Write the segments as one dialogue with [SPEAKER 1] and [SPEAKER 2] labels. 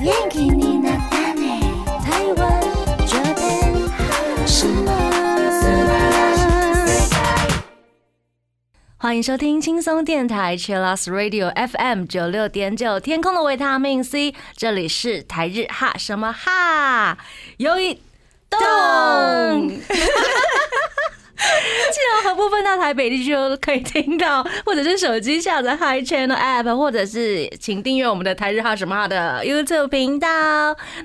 [SPEAKER 1] 元気になったね台湾这边什么素晴らしい
[SPEAKER 2] 欢迎收听轻松电台 Chillus Radio FM 九六点九，天空的维他命 C，这里是台日哈什么哈，有一动。 既然和部啊分到台北地区都可以听到，或者是手机下载 Hi Channel App，或者是请订阅我们的台日哈什么哈的 YouTube 频道。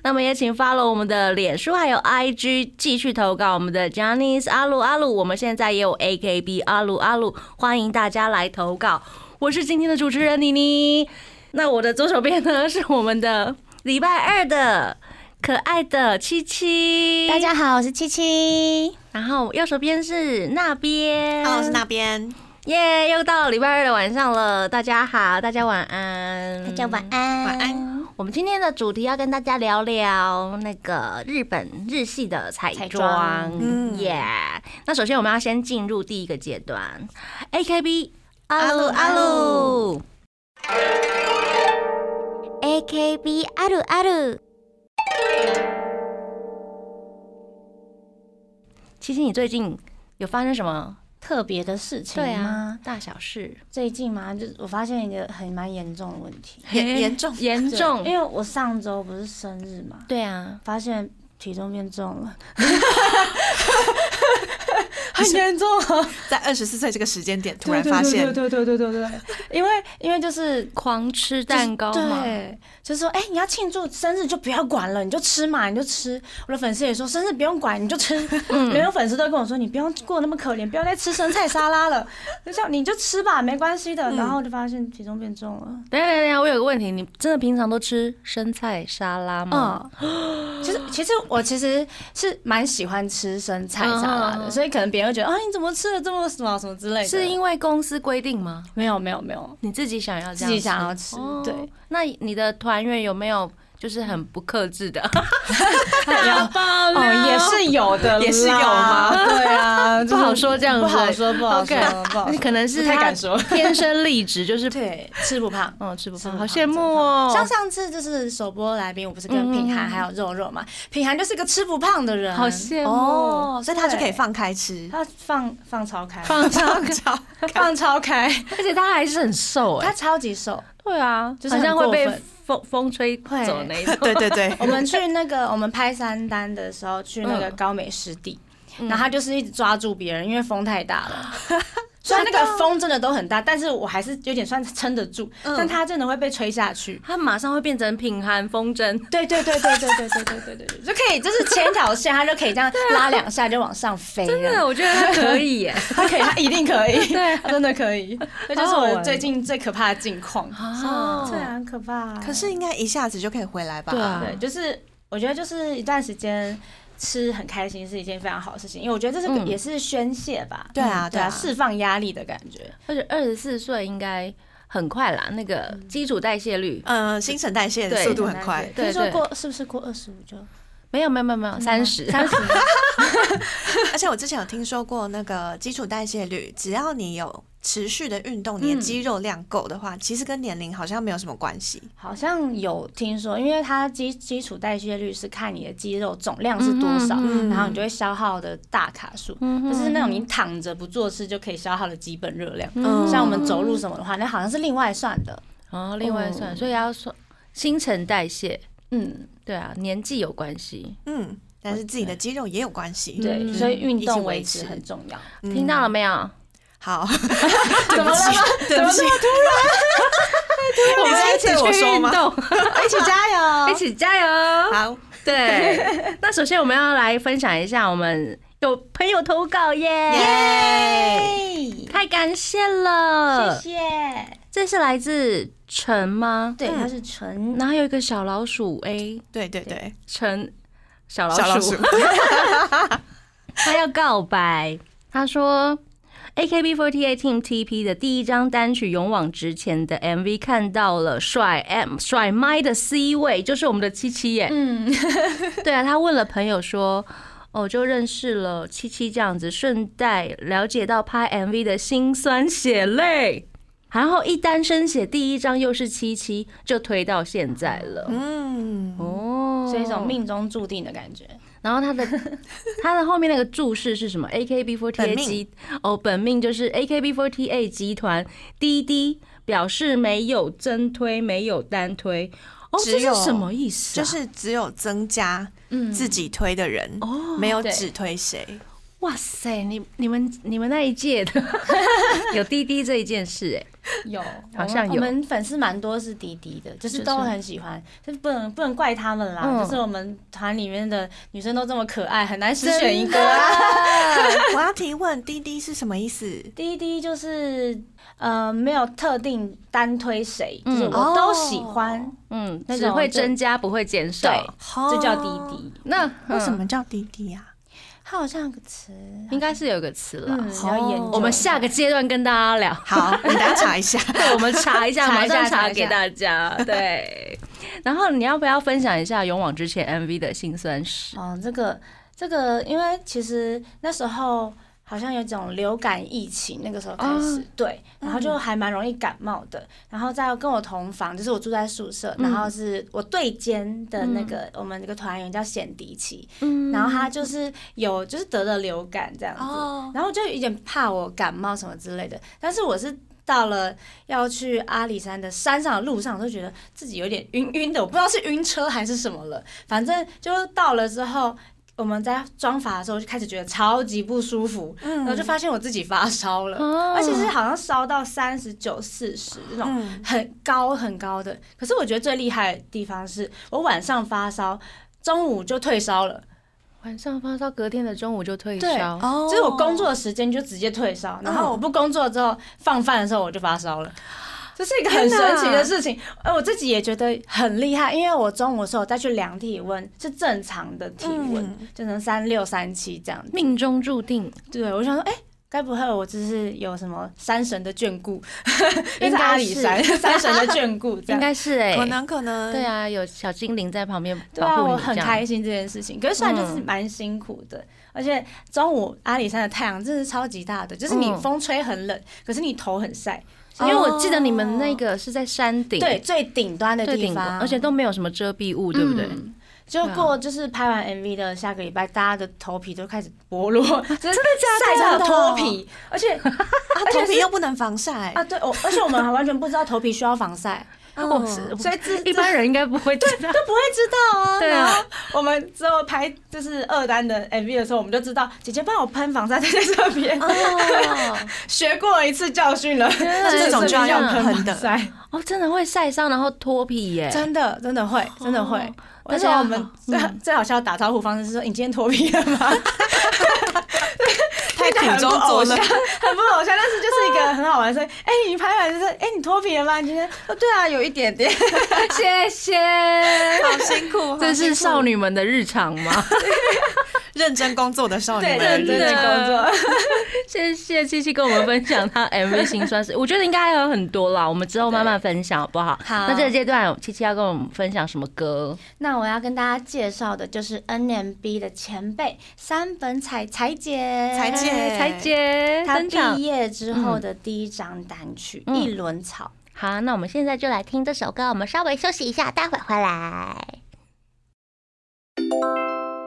[SPEAKER 2] 那么也请 follow 我们的脸书还有 IG，继续投稿我们的 j a n i c e 阿鲁阿鲁。我们现在也有 AKB 阿鲁阿鲁，欢迎大家来投稿。我是今天的主持人妮妮。那我的左手边呢是我们的礼拜二的可爱的七七，
[SPEAKER 3] 大家好，我是七七。
[SPEAKER 2] 然后右手边是那边，
[SPEAKER 3] Hello，我是那边。
[SPEAKER 2] 耶又到礼拜二的晚上了，大家好，大家晚安，
[SPEAKER 3] 大家晚。安，晚安。
[SPEAKER 2] 我们今天的主题要跟大家聊聊那个日本日系的彩
[SPEAKER 3] 彩
[SPEAKER 2] 妆
[SPEAKER 3] 妆，
[SPEAKER 2] 嗯，耶、那首先我们要先进入第一个阶段，AKB 阿鲁阿鲁。
[SPEAKER 1] AKB あるある
[SPEAKER 2] 其实你最近有发生什么？
[SPEAKER 3] 特别的事情
[SPEAKER 2] 对
[SPEAKER 3] 吗？
[SPEAKER 2] 啊，大小事
[SPEAKER 3] 最近嘛，就是我发现一个很蛮严重的问题，
[SPEAKER 2] 严严重严
[SPEAKER 3] 因
[SPEAKER 2] 重，
[SPEAKER 3] 为我上周不是生日嘛，
[SPEAKER 2] 对啊，
[SPEAKER 3] 发现体重变重了， 很严重啊！
[SPEAKER 4] 在二十四岁这个时间点突然发现，
[SPEAKER 3] 对对对对对对，因为因为就是
[SPEAKER 2] 狂吃蛋糕嘛，
[SPEAKER 3] 对，就是说，哎、你要庆祝生日就不要管了，你就吃嘛，你就吃。我的粉丝也说，生日不用管，你就吃。没有粉丝都跟我说，你不用过那么可怜，不要再吃生菜沙拉了，就像你就吃吧，没关系的。然后就发现体重变重了。
[SPEAKER 2] 等一下，等一下等一下，我有个问题，你真的平常都吃生菜沙拉吗？
[SPEAKER 3] 嗯，其实其实我其实是蛮喜欢吃生菜沙拉
[SPEAKER 2] 嗯
[SPEAKER 3] 的，所以可能别人会觉得啊，你怎么吃了这么少什么之类的？
[SPEAKER 2] 是因为公司规定吗？
[SPEAKER 3] 没有没有没有，
[SPEAKER 2] 你自己想要这
[SPEAKER 3] 自
[SPEAKER 2] 样，
[SPEAKER 3] 己想要吃，
[SPEAKER 2] 哦
[SPEAKER 3] 对，。
[SPEAKER 2] 那你的团员有没有就是很不克制 的？哦大爆料
[SPEAKER 3] 哦，也是有的啦，
[SPEAKER 4] 也是有吗
[SPEAKER 3] 对 啊，就是
[SPEAKER 2] 不好说这样子
[SPEAKER 3] 不好说，不好
[SPEAKER 2] OK
[SPEAKER 3] 说，不好说。
[SPEAKER 2] 可能是
[SPEAKER 3] 不太敢
[SPEAKER 2] 他
[SPEAKER 3] 说
[SPEAKER 2] 天生丽质 就是
[SPEAKER 3] 对，吃不胖。
[SPEAKER 2] 嗯吃不
[SPEAKER 3] 吃不
[SPEAKER 2] 胖，
[SPEAKER 3] 胖
[SPEAKER 2] 好羡慕哦。
[SPEAKER 3] 像上次就是首播来宾，我不是跟品涵还有肉肉嘛？品涵就是个吃不胖的人，
[SPEAKER 2] 好羡慕
[SPEAKER 3] 哦，
[SPEAKER 4] 所以他就可以放开 吃，
[SPEAKER 3] 他放放超开，
[SPEAKER 2] 放上，
[SPEAKER 4] 超
[SPEAKER 3] 放超开，
[SPEAKER 2] 而且他还是很瘦
[SPEAKER 3] 他
[SPEAKER 2] 哎，
[SPEAKER 3] 超级瘦。
[SPEAKER 2] 对啊，
[SPEAKER 3] 就是
[SPEAKER 2] 好
[SPEAKER 3] 很
[SPEAKER 2] 像会被
[SPEAKER 3] 过分
[SPEAKER 2] 风风吹
[SPEAKER 3] 会
[SPEAKER 2] 走那一 种。
[SPEAKER 4] 对 对对
[SPEAKER 3] 我，们去那个我们拍三单的时候，去那个高美湿地，然后他就是一直抓住别人，因为风太大了。虽然那个风真的都很大，但是我还是有点算撑得住，但他真的会被吹下去。
[SPEAKER 2] 他马上会变成品寒风筝，
[SPEAKER 3] 对对对对对对对对对对，对就可以就是牵一条线，它就可以这样拉两下就往上飞
[SPEAKER 2] 真的，
[SPEAKER 3] 了。
[SPEAKER 2] 我觉得他可以耶。
[SPEAKER 3] 它 可以，它一定可以，
[SPEAKER 2] 对
[SPEAKER 3] 它真的可以。这就是
[SPEAKER 2] 好好
[SPEAKER 3] 我
[SPEAKER 2] 玩
[SPEAKER 3] 最近最可怕的近况，
[SPEAKER 2] 哦
[SPEAKER 3] 对啊，很可怕。
[SPEAKER 4] 可是应该一下子就可以回来吧？
[SPEAKER 2] 对啊
[SPEAKER 3] 对，就是我觉得就是一段时间吃很开心是一件非常好的事情，因为我觉得这是
[SPEAKER 2] 嗯
[SPEAKER 3] 也是宣泄吧，
[SPEAKER 4] 对啊
[SPEAKER 3] 对
[SPEAKER 4] 对啊
[SPEAKER 3] 啊，释放压力的感觉。
[SPEAKER 2] 而且 二十四岁应该很快啦，那个基础代谢率、
[SPEAKER 4] 呃，新陈代谢的
[SPEAKER 2] 对
[SPEAKER 4] 速度很快，
[SPEAKER 2] 对
[SPEAKER 3] 听说
[SPEAKER 2] 对
[SPEAKER 3] 过是不是过二十五就
[SPEAKER 2] 没有没有没有没有嗯 三十，
[SPEAKER 3] 三十？
[SPEAKER 4] 而且我之前有听说过那个基础代谢率，只要你有持续的运动，你
[SPEAKER 3] 嗯
[SPEAKER 4] 的肌肉量够的话，其实跟年龄好像没有什么关系。
[SPEAKER 3] 好像有听说，因为它基基础代谢率是看你的肌肉总量是多少，
[SPEAKER 4] 嗯
[SPEAKER 3] 然后你就会消耗的大卡数，就是那种
[SPEAKER 2] 嗯
[SPEAKER 3] 你躺着不做事就可以消耗的基本热量。
[SPEAKER 4] 嗯
[SPEAKER 3] 像我们走路什么的话，那好像是另外算的。
[SPEAKER 2] 哦，另外算，所以要说新陈代谢，
[SPEAKER 3] 嗯，
[SPEAKER 2] 对啊，年纪有关系。
[SPEAKER 4] 嗯，但是自己的肌肉也有关系。
[SPEAKER 3] 对，
[SPEAKER 2] 嗯
[SPEAKER 3] 所以运
[SPEAKER 4] 一起
[SPEAKER 3] 动
[SPEAKER 4] 维
[SPEAKER 3] 维持
[SPEAKER 4] 持
[SPEAKER 3] 很重要。
[SPEAKER 4] 嗯
[SPEAKER 2] 听到了没有？
[SPEAKER 4] 好，
[SPEAKER 3] 怎么了吗？
[SPEAKER 4] 对不起，
[SPEAKER 2] 我
[SPEAKER 4] 们一起去运
[SPEAKER 2] 动，
[SPEAKER 3] 一 起加油！
[SPEAKER 2] 一起加油。
[SPEAKER 4] 好，
[SPEAKER 2] 对，那首先我们要来分享一下，我们有朋友投稿耶，
[SPEAKER 4] 耶，
[SPEAKER 2] 太感谢了。
[SPEAKER 3] 谢谢。
[SPEAKER 2] 这是来自陈吗？嗯
[SPEAKER 3] 对，它是纯
[SPEAKER 2] 然后有一个小老鼠 A
[SPEAKER 4] 对对对，
[SPEAKER 2] 陈小
[SPEAKER 4] 小老鼠，
[SPEAKER 2] 他要告白，他说。AKB48 Team TP 的第一张单曲《勇往直前》的 MV 看到了帅 M 帅麦的 C 位，就是我们的七七耶。嗯， 对啊，他问了朋友说，哦，就认识了七七这样子，顺带了解到拍 MV 的辛酸血泪。然后一单身写第一章又是七七，就推到现在了。
[SPEAKER 4] 嗯，
[SPEAKER 2] 哦，
[SPEAKER 3] 是一种。命中注定的感觉。
[SPEAKER 2] 然后他的他的后面那个注释是什么？AKB48
[SPEAKER 4] 本
[SPEAKER 2] 集
[SPEAKER 4] 命
[SPEAKER 2] 哦，本命就是 AKB48 集团滴滴表示没有增推，没有单推。哦，
[SPEAKER 4] 只
[SPEAKER 2] 这是
[SPEAKER 4] 有
[SPEAKER 2] 什么意思、啊？
[SPEAKER 4] 就是只有增加自己推的人，没有
[SPEAKER 3] 嗯哦对
[SPEAKER 4] 只推谁。
[SPEAKER 2] 哇塞，你你们你们那一届的 有滴滴这一件事哎、
[SPEAKER 3] 有，
[SPEAKER 2] 好像有
[SPEAKER 3] 我们粉丝蛮多是滴滴的，就是都很喜欢，就是不能不能怪他们啦，
[SPEAKER 2] 嗯
[SPEAKER 3] 就是我们团里面的女生都这么可爱，很难只选一
[SPEAKER 2] 真
[SPEAKER 3] 个
[SPEAKER 2] 的
[SPEAKER 3] 啊。
[SPEAKER 4] 我要提问滴滴是什么意思？
[SPEAKER 3] 滴滴就是呃没有特定单推谁，就是
[SPEAKER 2] 嗯
[SPEAKER 3] 我都喜欢，
[SPEAKER 2] 嗯，
[SPEAKER 3] 那
[SPEAKER 2] 只
[SPEAKER 3] 种
[SPEAKER 2] 会
[SPEAKER 3] 就
[SPEAKER 2] 增加不会减
[SPEAKER 3] 哦对
[SPEAKER 2] 少。，
[SPEAKER 3] 这叫滴滴。
[SPEAKER 2] 那
[SPEAKER 4] 为什？
[SPEAKER 2] 嗯
[SPEAKER 4] 么叫滴滴啊呀？
[SPEAKER 3] 它好像有个词，
[SPEAKER 2] 应该是有个词了。
[SPEAKER 3] 嗯，你要研究。
[SPEAKER 2] 我们下个阶段跟大家聊，
[SPEAKER 4] 好，你等下查一下。
[SPEAKER 2] 对，我们查一下，
[SPEAKER 3] 查
[SPEAKER 2] 马
[SPEAKER 3] 一下
[SPEAKER 2] 上查
[SPEAKER 3] 查一
[SPEAKER 2] 给
[SPEAKER 3] 下
[SPEAKER 2] 大家。对，然后你要不要分享一下《勇往直前》MV 的辛酸史？
[SPEAKER 3] 嗯，这个这个，因为其实那时候好像有一种流感疫情，那个时候开
[SPEAKER 2] 哦
[SPEAKER 3] 始，对，然后
[SPEAKER 2] 嗯
[SPEAKER 3] 就还蛮容易感冒的。然后再跟我同房，就是我住在宿舍，然
[SPEAKER 2] 嗯
[SPEAKER 3] 后是我对间的那个、我们这个团员叫显迪奇，
[SPEAKER 2] 嗯
[SPEAKER 3] 然后他就是有就是得了流感这样子，
[SPEAKER 4] 哦
[SPEAKER 3] 然后就有点怕我感冒什么之类的，但是我是。到了要去阿里山的山上的路上，我就觉得自己有点晕晕的，我不知道是晕车还是什么了。反正就到了之后，我们在装法的时候就开始觉得超级不舒服，
[SPEAKER 4] 嗯
[SPEAKER 3] 然后就发现我自己发烧了，而且是好像烧到三十九、四十这种
[SPEAKER 4] 嗯，
[SPEAKER 3] 很高很高的。可是我觉得最厉害的地方是我晚上发烧，中午就退烧了，
[SPEAKER 2] 晚上发烧，隔天的中午就退
[SPEAKER 3] 对
[SPEAKER 2] 烧。
[SPEAKER 4] 哦嗯
[SPEAKER 3] 就是我工作的时间就直接退烧，然后我不工作之后放饭的时候我就发烧了。这是一个很
[SPEAKER 4] 天哪
[SPEAKER 3] 神奇的事情，呃，我自己也觉得很厉害，因为我中午的时候再去量体温，是正常的体温，
[SPEAKER 4] 嗯
[SPEAKER 3] 就能三六三七这样子。
[SPEAKER 2] 命中注定，
[SPEAKER 3] 对，我想说，哎、该不会我只是有什么山神的眷顾？ 因为是阿里山，山神的眷顾，这样。
[SPEAKER 2] 应该是哎、
[SPEAKER 4] 可能可能
[SPEAKER 2] 对，啊，有小精灵在旁边
[SPEAKER 3] 对啊，
[SPEAKER 2] 保护
[SPEAKER 3] 我
[SPEAKER 2] 你，这
[SPEAKER 3] 很
[SPEAKER 2] 样。嗯
[SPEAKER 3] 开心这件事情。可是虽然就是蛮辛苦的，而且中午阿里山的太阳真的是超级大的，就是你
[SPEAKER 2] 嗯
[SPEAKER 3] 风吹很冷，可是你头很晒。
[SPEAKER 2] 因为我记得你们那个是在山顶，
[SPEAKER 3] 对，最顶端的
[SPEAKER 2] 对
[SPEAKER 3] 地
[SPEAKER 2] 顶
[SPEAKER 3] 方，
[SPEAKER 2] 端，而且都没有什么遮蔽物，对不对？啊
[SPEAKER 3] 嗯就过就是拍完 MV 的下个礼拜，大家的头皮都开始剥落，真的
[SPEAKER 4] 的
[SPEAKER 3] 晒到脱
[SPEAKER 2] 哦
[SPEAKER 3] 皮，而且
[SPEAKER 4] 啊，头皮又不能防晒
[SPEAKER 3] 啊，对，我而且我们还完全不知道头皮需要防晒，
[SPEAKER 2] 我是
[SPEAKER 3] 嗯所以自
[SPEAKER 2] 一般人应该不会知道。
[SPEAKER 3] 都不会知道啊。
[SPEAKER 2] 对啊
[SPEAKER 3] 然后我们之后拍就是二单的 MV 的时候，我们就知道姐姐帮我喷防晒在这边，
[SPEAKER 4] 哦，
[SPEAKER 3] 学过一次教训了，
[SPEAKER 2] 来
[SPEAKER 3] 这
[SPEAKER 2] 是这样
[SPEAKER 4] 喷的
[SPEAKER 3] 晒，
[SPEAKER 2] 哦，真的会晒伤，然后脱皮 耶。
[SPEAKER 3] 真的真的会，真的会。
[SPEAKER 2] 大
[SPEAKER 3] 而且
[SPEAKER 2] 家
[SPEAKER 3] 我们最最好笑的打招呼方式是说：“你今天脱皮了吗？”
[SPEAKER 4] 太
[SPEAKER 3] 就啊很
[SPEAKER 4] 苦
[SPEAKER 3] 不
[SPEAKER 4] 中作
[SPEAKER 3] 偶像，
[SPEAKER 4] 乐。
[SPEAKER 3] 很不偶像，但是就是一个很好玩的声音。哎、你拍完就是，哎、你脱皮了吗？你今天？哦，对啊，有一点点。
[SPEAKER 2] 谢谢。
[SPEAKER 4] 好辛苦，
[SPEAKER 2] 这是少
[SPEAKER 4] 女
[SPEAKER 2] 女们的日常吗？
[SPEAKER 4] 认真工作的少女
[SPEAKER 3] 对，
[SPEAKER 4] 们，
[SPEAKER 3] 认真
[SPEAKER 2] 真的
[SPEAKER 3] 去工作。
[SPEAKER 2] 谢谢七七跟我们分享她 MV 辛酸史，我觉得应该还有很多啦，我们之后慢慢分享好不好？
[SPEAKER 3] 好
[SPEAKER 2] 那这个阶段，七七要跟我们分享什么歌？
[SPEAKER 3] 那我要跟大家介绍的就是 NMB 的前辈三本彩彩姐，
[SPEAKER 4] 彩姐
[SPEAKER 2] 彩姐
[SPEAKER 3] 她
[SPEAKER 2] 登场
[SPEAKER 3] 毕。业之后的第一张单曲《
[SPEAKER 2] 嗯
[SPEAKER 3] 一轮草》。
[SPEAKER 2] 好，那我们现在就来听这首歌，我们稍微休息一下，待会回来。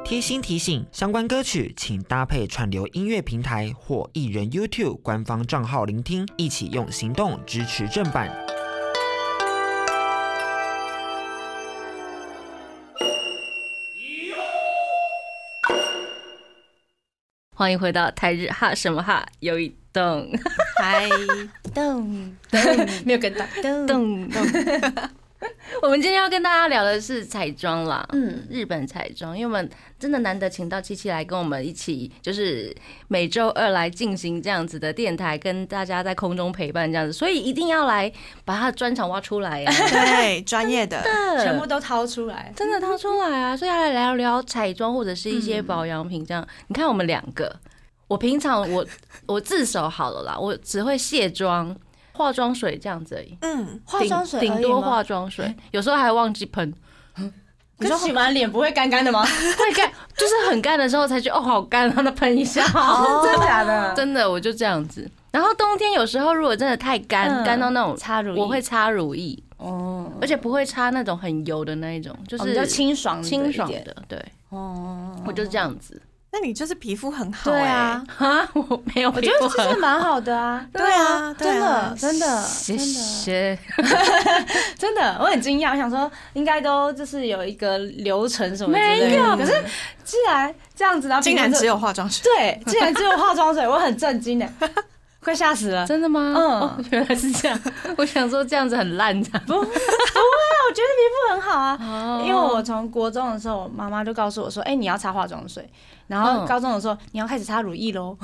[SPEAKER 5] 贴心提醒：相关歌曲请搭配串流音乐平台或艺人 YouTube 官方账号聆听，一起用行动支持正版。
[SPEAKER 2] 欢迎回到台日哈什么哈有一动
[SPEAKER 4] 嗨，
[SPEAKER 3] 咚咚， 没有跟到咚。
[SPEAKER 2] 动 动。我们今天要跟大家聊的是彩妆啦，
[SPEAKER 3] 嗯，
[SPEAKER 2] 日本彩妆，因为我们真的难得请到七七来跟我们一起，就是每周二来进行这样子的电台，跟大家在空中陪伴这样子，所以一定要来把他的专场挖出来啊呀、
[SPEAKER 4] 对，专 业的，
[SPEAKER 3] 全部都掏出来。
[SPEAKER 2] 真的掏出来啊！所以要来聊聊彩妆或者是一些保养品这样。你看我们两个，我平常我 我自首好了啦，我只会卸妆、化妆水这样子而已，
[SPEAKER 4] 嗯，
[SPEAKER 3] 化
[SPEAKER 2] 顶
[SPEAKER 3] 妆水
[SPEAKER 2] 顶多
[SPEAKER 3] 化，
[SPEAKER 2] 化妆水，有时候还忘记喷，
[SPEAKER 3] 呃你说洗完脸不会干干 的吗？
[SPEAKER 2] 会干 就是很干的时候才觉得哦好干，让它喷一下。
[SPEAKER 3] 真的假的？
[SPEAKER 2] 真的，我就这样子。然后冬天有时候如果真的太干，
[SPEAKER 3] 嗯
[SPEAKER 2] 干到那种，
[SPEAKER 3] 擦乳液
[SPEAKER 2] 我会擦乳液，
[SPEAKER 3] 哦，
[SPEAKER 2] 而且不会擦那种很油的那一种，就
[SPEAKER 3] 就是比较哦清爽的
[SPEAKER 2] 清
[SPEAKER 3] 一
[SPEAKER 2] 爽
[SPEAKER 3] 点
[SPEAKER 2] 的。对，
[SPEAKER 3] 哦，
[SPEAKER 2] 我就是这样子
[SPEAKER 4] 那你就是皮肤很好、欸，
[SPEAKER 3] 对啊，
[SPEAKER 2] 啊，我没有
[SPEAKER 3] 我
[SPEAKER 2] 皮
[SPEAKER 3] 觉得
[SPEAKER 2] 肤
[SPEAKER 3] 这
[SPEAKER 2] 很
[SPEAKER 3] 是蛮好的 啊，
[SPEAKER 4] 对啊
[SPEAKER 3] 真
[SPEAKER 4] 对啊
[SPEAKER 3] 的真的
[SPEAKER 2] 谢
[SPEAKER 3] 真的。
[SPEAKER 2] 谢。
[SPEAKER 3] 真的，我很惊讶，我想说应该都就是有一个流程什么之类的
[SPEAKER 2] 没有
[SPEAKER 3] 可是既然这样子，然后
[SPEAKER 4] 竟然
[SPEAKER 3] 平常就
[SPEAKER 4] 只有化妆水。
[SPEAKER 3] 对，竟然只有化妆水，我很震惊的，快吓死了。
[SPEAKER 2] 真的吗？
[SPEAKER 3] 嗯
[SPEAKER 2] 哦，原来是这样。我想说这样子很烂的。
[SPEAKER 3] 不 不会啊，我觉得皮肤很好啊。
[SPEAKER 2] 哦
[SPEAKER 3] 因为我从国中的时候，我妈妈就告诉我说：“哎、你要擦化妆水。”然后
[SPEAKER 2] 嗯
[SPEAKER 3] 高中的时候，你要开始擦乳液喽。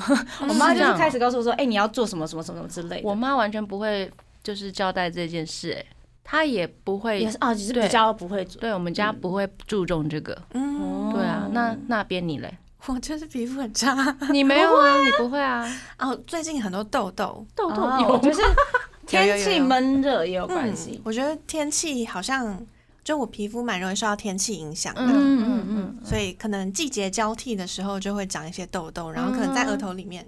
[SPEAKER 3] 我妈就是
[SPEAKER 2] 这样
[SPEAKER 3] 开始告诉我说：“哎、你要做什么什么什么什么之类的。”
[SPEAKER 2] 我妈完全不会就是交代这件事、哎，她也不会
[SPEAKER 3] 也。是哦，只是
[SPEAKER 2] 对
[SPEAKER 3] 比较不会做。
[SPEAKER 2] 对我们家不会注重这个，
[SPEAKER 3] 哦
[SPEAKER 4] 嗯，
[SPEAKER 2] 对啊，那那边你嘞？
[SPEAKER 4] 我就是皮肤很差。
[SPEAKER 2] 你没有啊？你不会啊？
[SPEAKER 4] 哦，最近很多痘痘，
[SPEAKER 2] 痘痘
[SPEAKER 3] 哦
[SPEAKER 2] 有
[SPEAKER 3] 就
[SPEAKER 2] 吗？
[SPEAKER 3] 是天气闷热也有关系。
[SPEAKER 4] 嗯我觉得天气好像就我皮肤蛮容易受到天气影响的。
[SPEAKER 2] 嗯
[SPEAKER 3] 嗯嗯
[SPEAKER 4] 所以可能季节交替的时候就会长一些痘痘，然后可能在额头里面，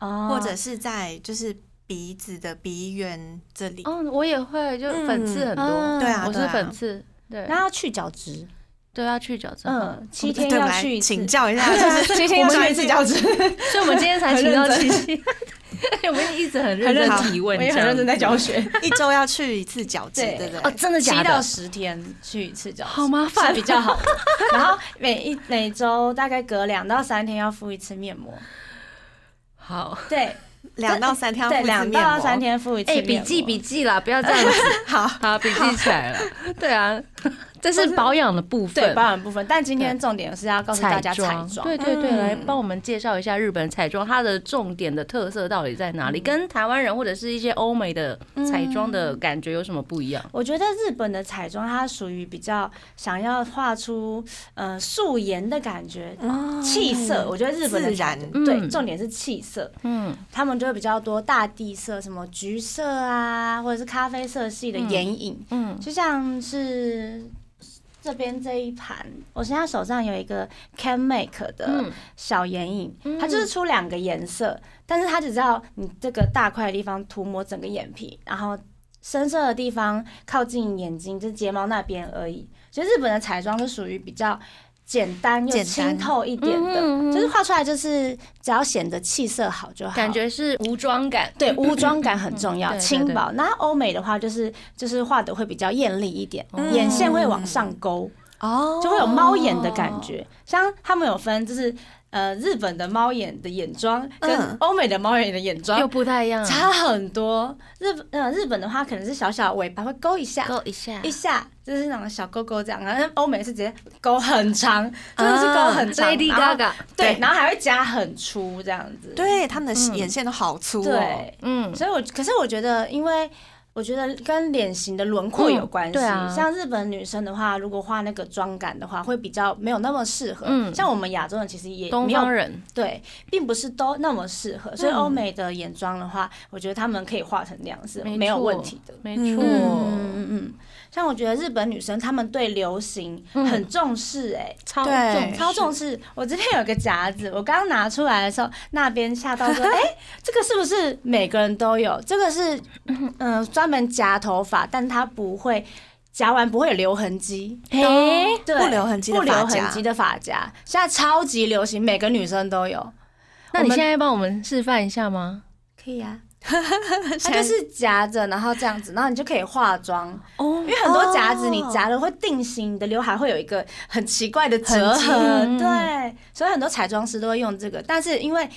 [SPEAKER 3] 嗯，
[SPEAKER 4] 或者是在就是鼻子的鼻缘这
[SPEAKER 3] 哦
[SPEAKER 4] 里。
[SPEAKER 2] 嗯，我也会，就粉刺很多，
[SPEAKER 3] 嗯
[SPEAKER 4] 对啊，
[SPEAKER 2] 我
[SPEAKER 4] 对
[SPEAKER 2] 是
[SPEAKER 4] 啊
[SPEAKER 2] 粉，刺，对，
[SPEAKER 3] 然后要去角质，
[SPEAKER 2] 都要去角质。嗯，
[SPEAKER 3] 嗯，七
[SPEAKER 4] 对
[SPEAKER 3] 天要
[SPEAKER 4] 我们来
[SPEAKER 3] 去一次
[SPEAKER 4] 请。教一 下，就是
[SPEAKER 3] 七天要去一次角质，
[SPEAKER 2] 所以我们今天才请到七七，我们一直很认真
[SPEAKER 4] 很认
[SPEAKER 2] 提问，
[SPEAKER 3] 我也很认真在教学。
[SPEAKER 4] 一周要去一次角质，
[SPEAKER 3] 对
[SPEAKER 4] 对不
[SPEAKER 2] 哦，
[SPEAKER 4] 对？
[SPEAKER 2] 真的
[SPEAKER 3] 七
[SPEAKER 2] 假
[SPEAKER 3] 到
[SPEAKER 2] 的？
[SPEAKER 3] 十天去一次角质，
[SPEAKER 2] 好麻烦啊
[SPEAKER 3] 是比较好的。 然后每一每周大概隔两到三天要敷一次面膜，
[SPEAKER 2] 好，
[SPEAKER 3] 对
[SPEAKER 4] 两到三天要敷
[SPEAKER 3] 对，
[SPEAKER 4] 一次
[SPEAKER 3] 两
[SPEAKER 4] 面
[SPEAKER 3] 到
[SPEAKER 4] 膜。
[SPEAKER 3] 三天敷一次
[SPEAKER 2] 哎，
[SPEAKER 3] 面膜。
[SPEAKER 2] 笔记笔记啦，不要这样子。
[SPEAKER 4] 好，
[SPEAKER 2] 好，笔记起来了。对啊，这是保养的部
[SPEAKER 3] 对
[SPEAKER 2] 分
[SPEAKER 3] 保。养部分，但今天重点是要告诉大家彩妆，
[SPEAKER 2] 对对对，
[SPEAKER 4] 嗯
[SPEAKER 2] 来帮我们介绍一下日本彩妆它的重点的特色到底在哪里，跟台湾人或者是一些欧美的彩妆的感觉有什么不一样？
[SPEAKER 3] 我觉得日本的彩妆它属于比较想要画出呃素颜的感觉，气色。我觉得日本的
[SPEAKER 4] 自
[SPEAKER 3] 彩
[SPEAKER 4] 然
[SPEAKER 3] 妆对，
[SPEAKER 2] 嗯
[SPEAKER 3] 重点是气色，
[SPEAKER 2] 嗯，
[SPEAKER 3] 他们就会比较多大地色，什么橘色啊，或者是咖啡色系的眼影，
[SPEAKER 2] 嗯
[SPEAKER 3] 就像是。这边这一盘，我现在手上有一个 Can Make 的
[SPEAKER 2] 嗯
[SPEAKER 3] 小眼影，
[SPEAKER 2] 嗯
[SPEAKER 3] 它就是出两个颜色，但是它只知道你这个大块的地方涂抹整个眼皮，然后深色的地方靠近眼睛，就是睫毛那边而已。所以日本的彩妆是属于比较简单又
[SPEAKER 4] 简单
[SPEAKER 3] 清透一点的，
[SPEAKER 2] 嗯嗯嗯嗯
[SPEAKER 3] 就是画出来就是只要显得气色好就好，
[SPEAKER 2] 感觉是无妆感。
[SPEAKER 3] 对，无妆感很重
[SPEAKER 2] 嗯
[SPEAKER 3] 要，
[SPEAKER 2] 对对
[SPEAKER 3] 轻薄。那欧美的话，就是就是画的会比较艳丽一点，
[SPEAKER 2] 嗯
[SPEAKER 3] 眼线会往上勾，
[SPEAKER 4] 哦
[SPEAKER 3] 就会有猫眼的感觉。像他们有分，就是呃日本的猫眼的眼妆跟
[SPEAKER 4] 嗯
[SPEAKER 3] 欧美的猫眼的眼
[SPEAKER 2] 又
[SPEAKER 3] 妆
[SPEAKER 2] 不太一样，
[SPEAKER 3] 差很多。日本呃日本的话，可能是小小尾巴会勾一下。
[SPEAKER 2] 勾一下
[SPEAKER 3] 一下就是那种小勾勾这样，然后欧美是直接勾很长，真的是勾很长、
[SPEAKER 2] ，Lady
[SPEAKER 3] 然后
[SPEAKER 2] Gaga，
[SPEAKER 3] 对，
[SPEAKER 4] 对
[SPEAKER 3] 然后还会加很粗这样子，
[SPEAKER 4] 对他们的眼线都好粗
[SPEAKER 3] 嗯
[SPEAKER 4] 哦
[SPEAKER 3] 对，，
[SPEAKER 2] 嗯，
[SPEAKER 3] 所以我可是我觉得，因为我觉得跟脸型的轮廓有关系、
[SPEAKER 2] 嗯对啊
[SPEAKER 3] 像日本女生的话，如果画那个妆感的话，会比较没有那么适合。
[SPEAKER 2] 嗯
[SPEAKER 3] 像我们亚洲人其实也
[SPEAKER 2] 东
[SPEAKER 3] 没有
[SPEAKER 2] 方人嗯
[SPEAKER 3] 对，并不是都那么适合。所以欧美的眼妆的话，我觉得他们可以画成那样是
[SPEAKER 2] 没
[SPEAKER 3] 没有
[SPEAKER 2] 错
[SPEAKER 3] 问题的。
[SPEAKER 2] 没
[SPEAKER 4] 嗯
[SPEAKER 2] 错，
[SPEAKER 3] 嗯嗯嗯，像我觉得日本女生她们对流行
[SPEAKER 2] 嗯
[SPEAKER 3] 很重视、哎、
[SPEAKER 2] 超
[SPEAKER 4] 对
[SPEAKER 2] 重
[SPEAKER 3] 超重视。我这边有个夹子，我刚拿出来的时候，那边吓到 说：“哎、这个是不是每个人都有？这个是嗯专、门夹头发，但它不会夹完不会有留痕迹。”
[SPEAKER 2] 哎，
[SPEAKER 3] 对，
[SPEAKER 4] 不留痕迹的
[SPEAKER 3] 不留
[SPEAKER 4] 发
[SPEAKER 3] 痕
[SPEAKER 4] 夹
[SPEAKER 3] 迹。的发夹，现在超级流行，每个女生都有。
[SPEAKER 2] 那你
[SPEAKER 3] 我们
[SPEAKER 2] 现在帮我们示范一下吗？
[SPEAKER 3] 可以啊。 它就是夹着，然后这样子，然后你就可以化妆。
[SPEAKER 2] 哦
[SPEAKER 3] 因为很多夹
[SPEAKER 4] 哦
[SPEAKER 3] 子你夹了会定型，你的刘海会有一个很奇怪的折
[SPEAKER 2] 痕
[SPEAKER 3] 痕，
[SPEAKER 2] 迹
[SPEAKER 3] 对，所以很多彩妆师都会用这个。但是因为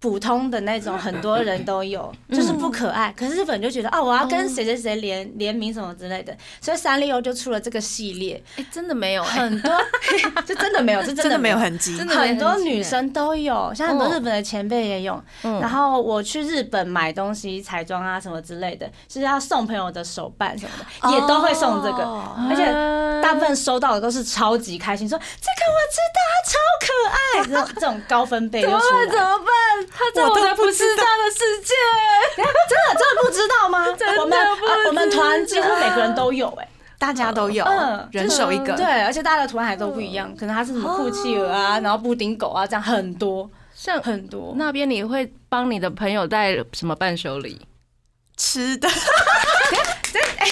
[SPEAKER 3] 普通的那种，很多人都有，
[SPEAKER 2] 嗯
[SPEAKER 3] 就是不可爱。可是日本就觉得哦，我要跟谁谁谁联联名什么之类的，所以三丽鸥就出了这个系列，
[SPEAKER 2] 哎，真的没有哎，
[SPEAKER 3] 很多就真的没有，是
[SPEAKER 4] 真
[SPEAKER 3] 真
[SPEAKER 4] 的
[SPEAKER 3] 的
[SPEAKER 4] 没
[SPEAKER 3] 没
[SPEAKER 4] 有
[SPEAKER 3] 有。
[SPEAKER 4] 痕迹，
[SPEAKER 2] 真的没
[SPEAKER 3] 很多
[SPEAKER 2] 痕迹
[SPEAKER 3] 女生都有，像很多
[SPEAKER 2] 哦
[SPEAKER 3] 日本的前辈也有。
[SPEAKER 2] 嗯
[SPEAKER 3] 然后我去日本买东西、彩妆啊什么之类的，就是要送朋友的手办什么的，也都会送这个。
[SPEAKER 4] 哦
[SPEAKER 3] 而且
[SPEAKER 2] 啊
[SPEAKER 3] 大部分收到的都是超级开心，说这个我知道，超可爱，这种这种高分贝就出来。
[SPEAKER 2] 怎么办？他在我的不是他的世界，
[SPEAKER 3] 真的真的不知道吗？
[SPEAKER 2] 真的
[SPEAKER 3] 我们
[SPEAKER 2] 不知道
[SPEAKER 3] 呃我们团几乎每个人都有哎、
[SPEAKER 4] 大家都有
[SPEAKER 3] 嗯，
[SPEAKER 4] 人手一个。
[SPEAKER 3] 对，而且大家的图案还都不一样，可能它是什么酷企鹅啊，然后布丁狗啊，这样很多。
[SPEAKER 2] 像
[SPEAKER 3] 很多。
[SPEAKER 2] 那边你会帮你的朋友带什么伴手礼？
[SPEAKER 4] 吃的，
[SPEAKER 3] 对，哎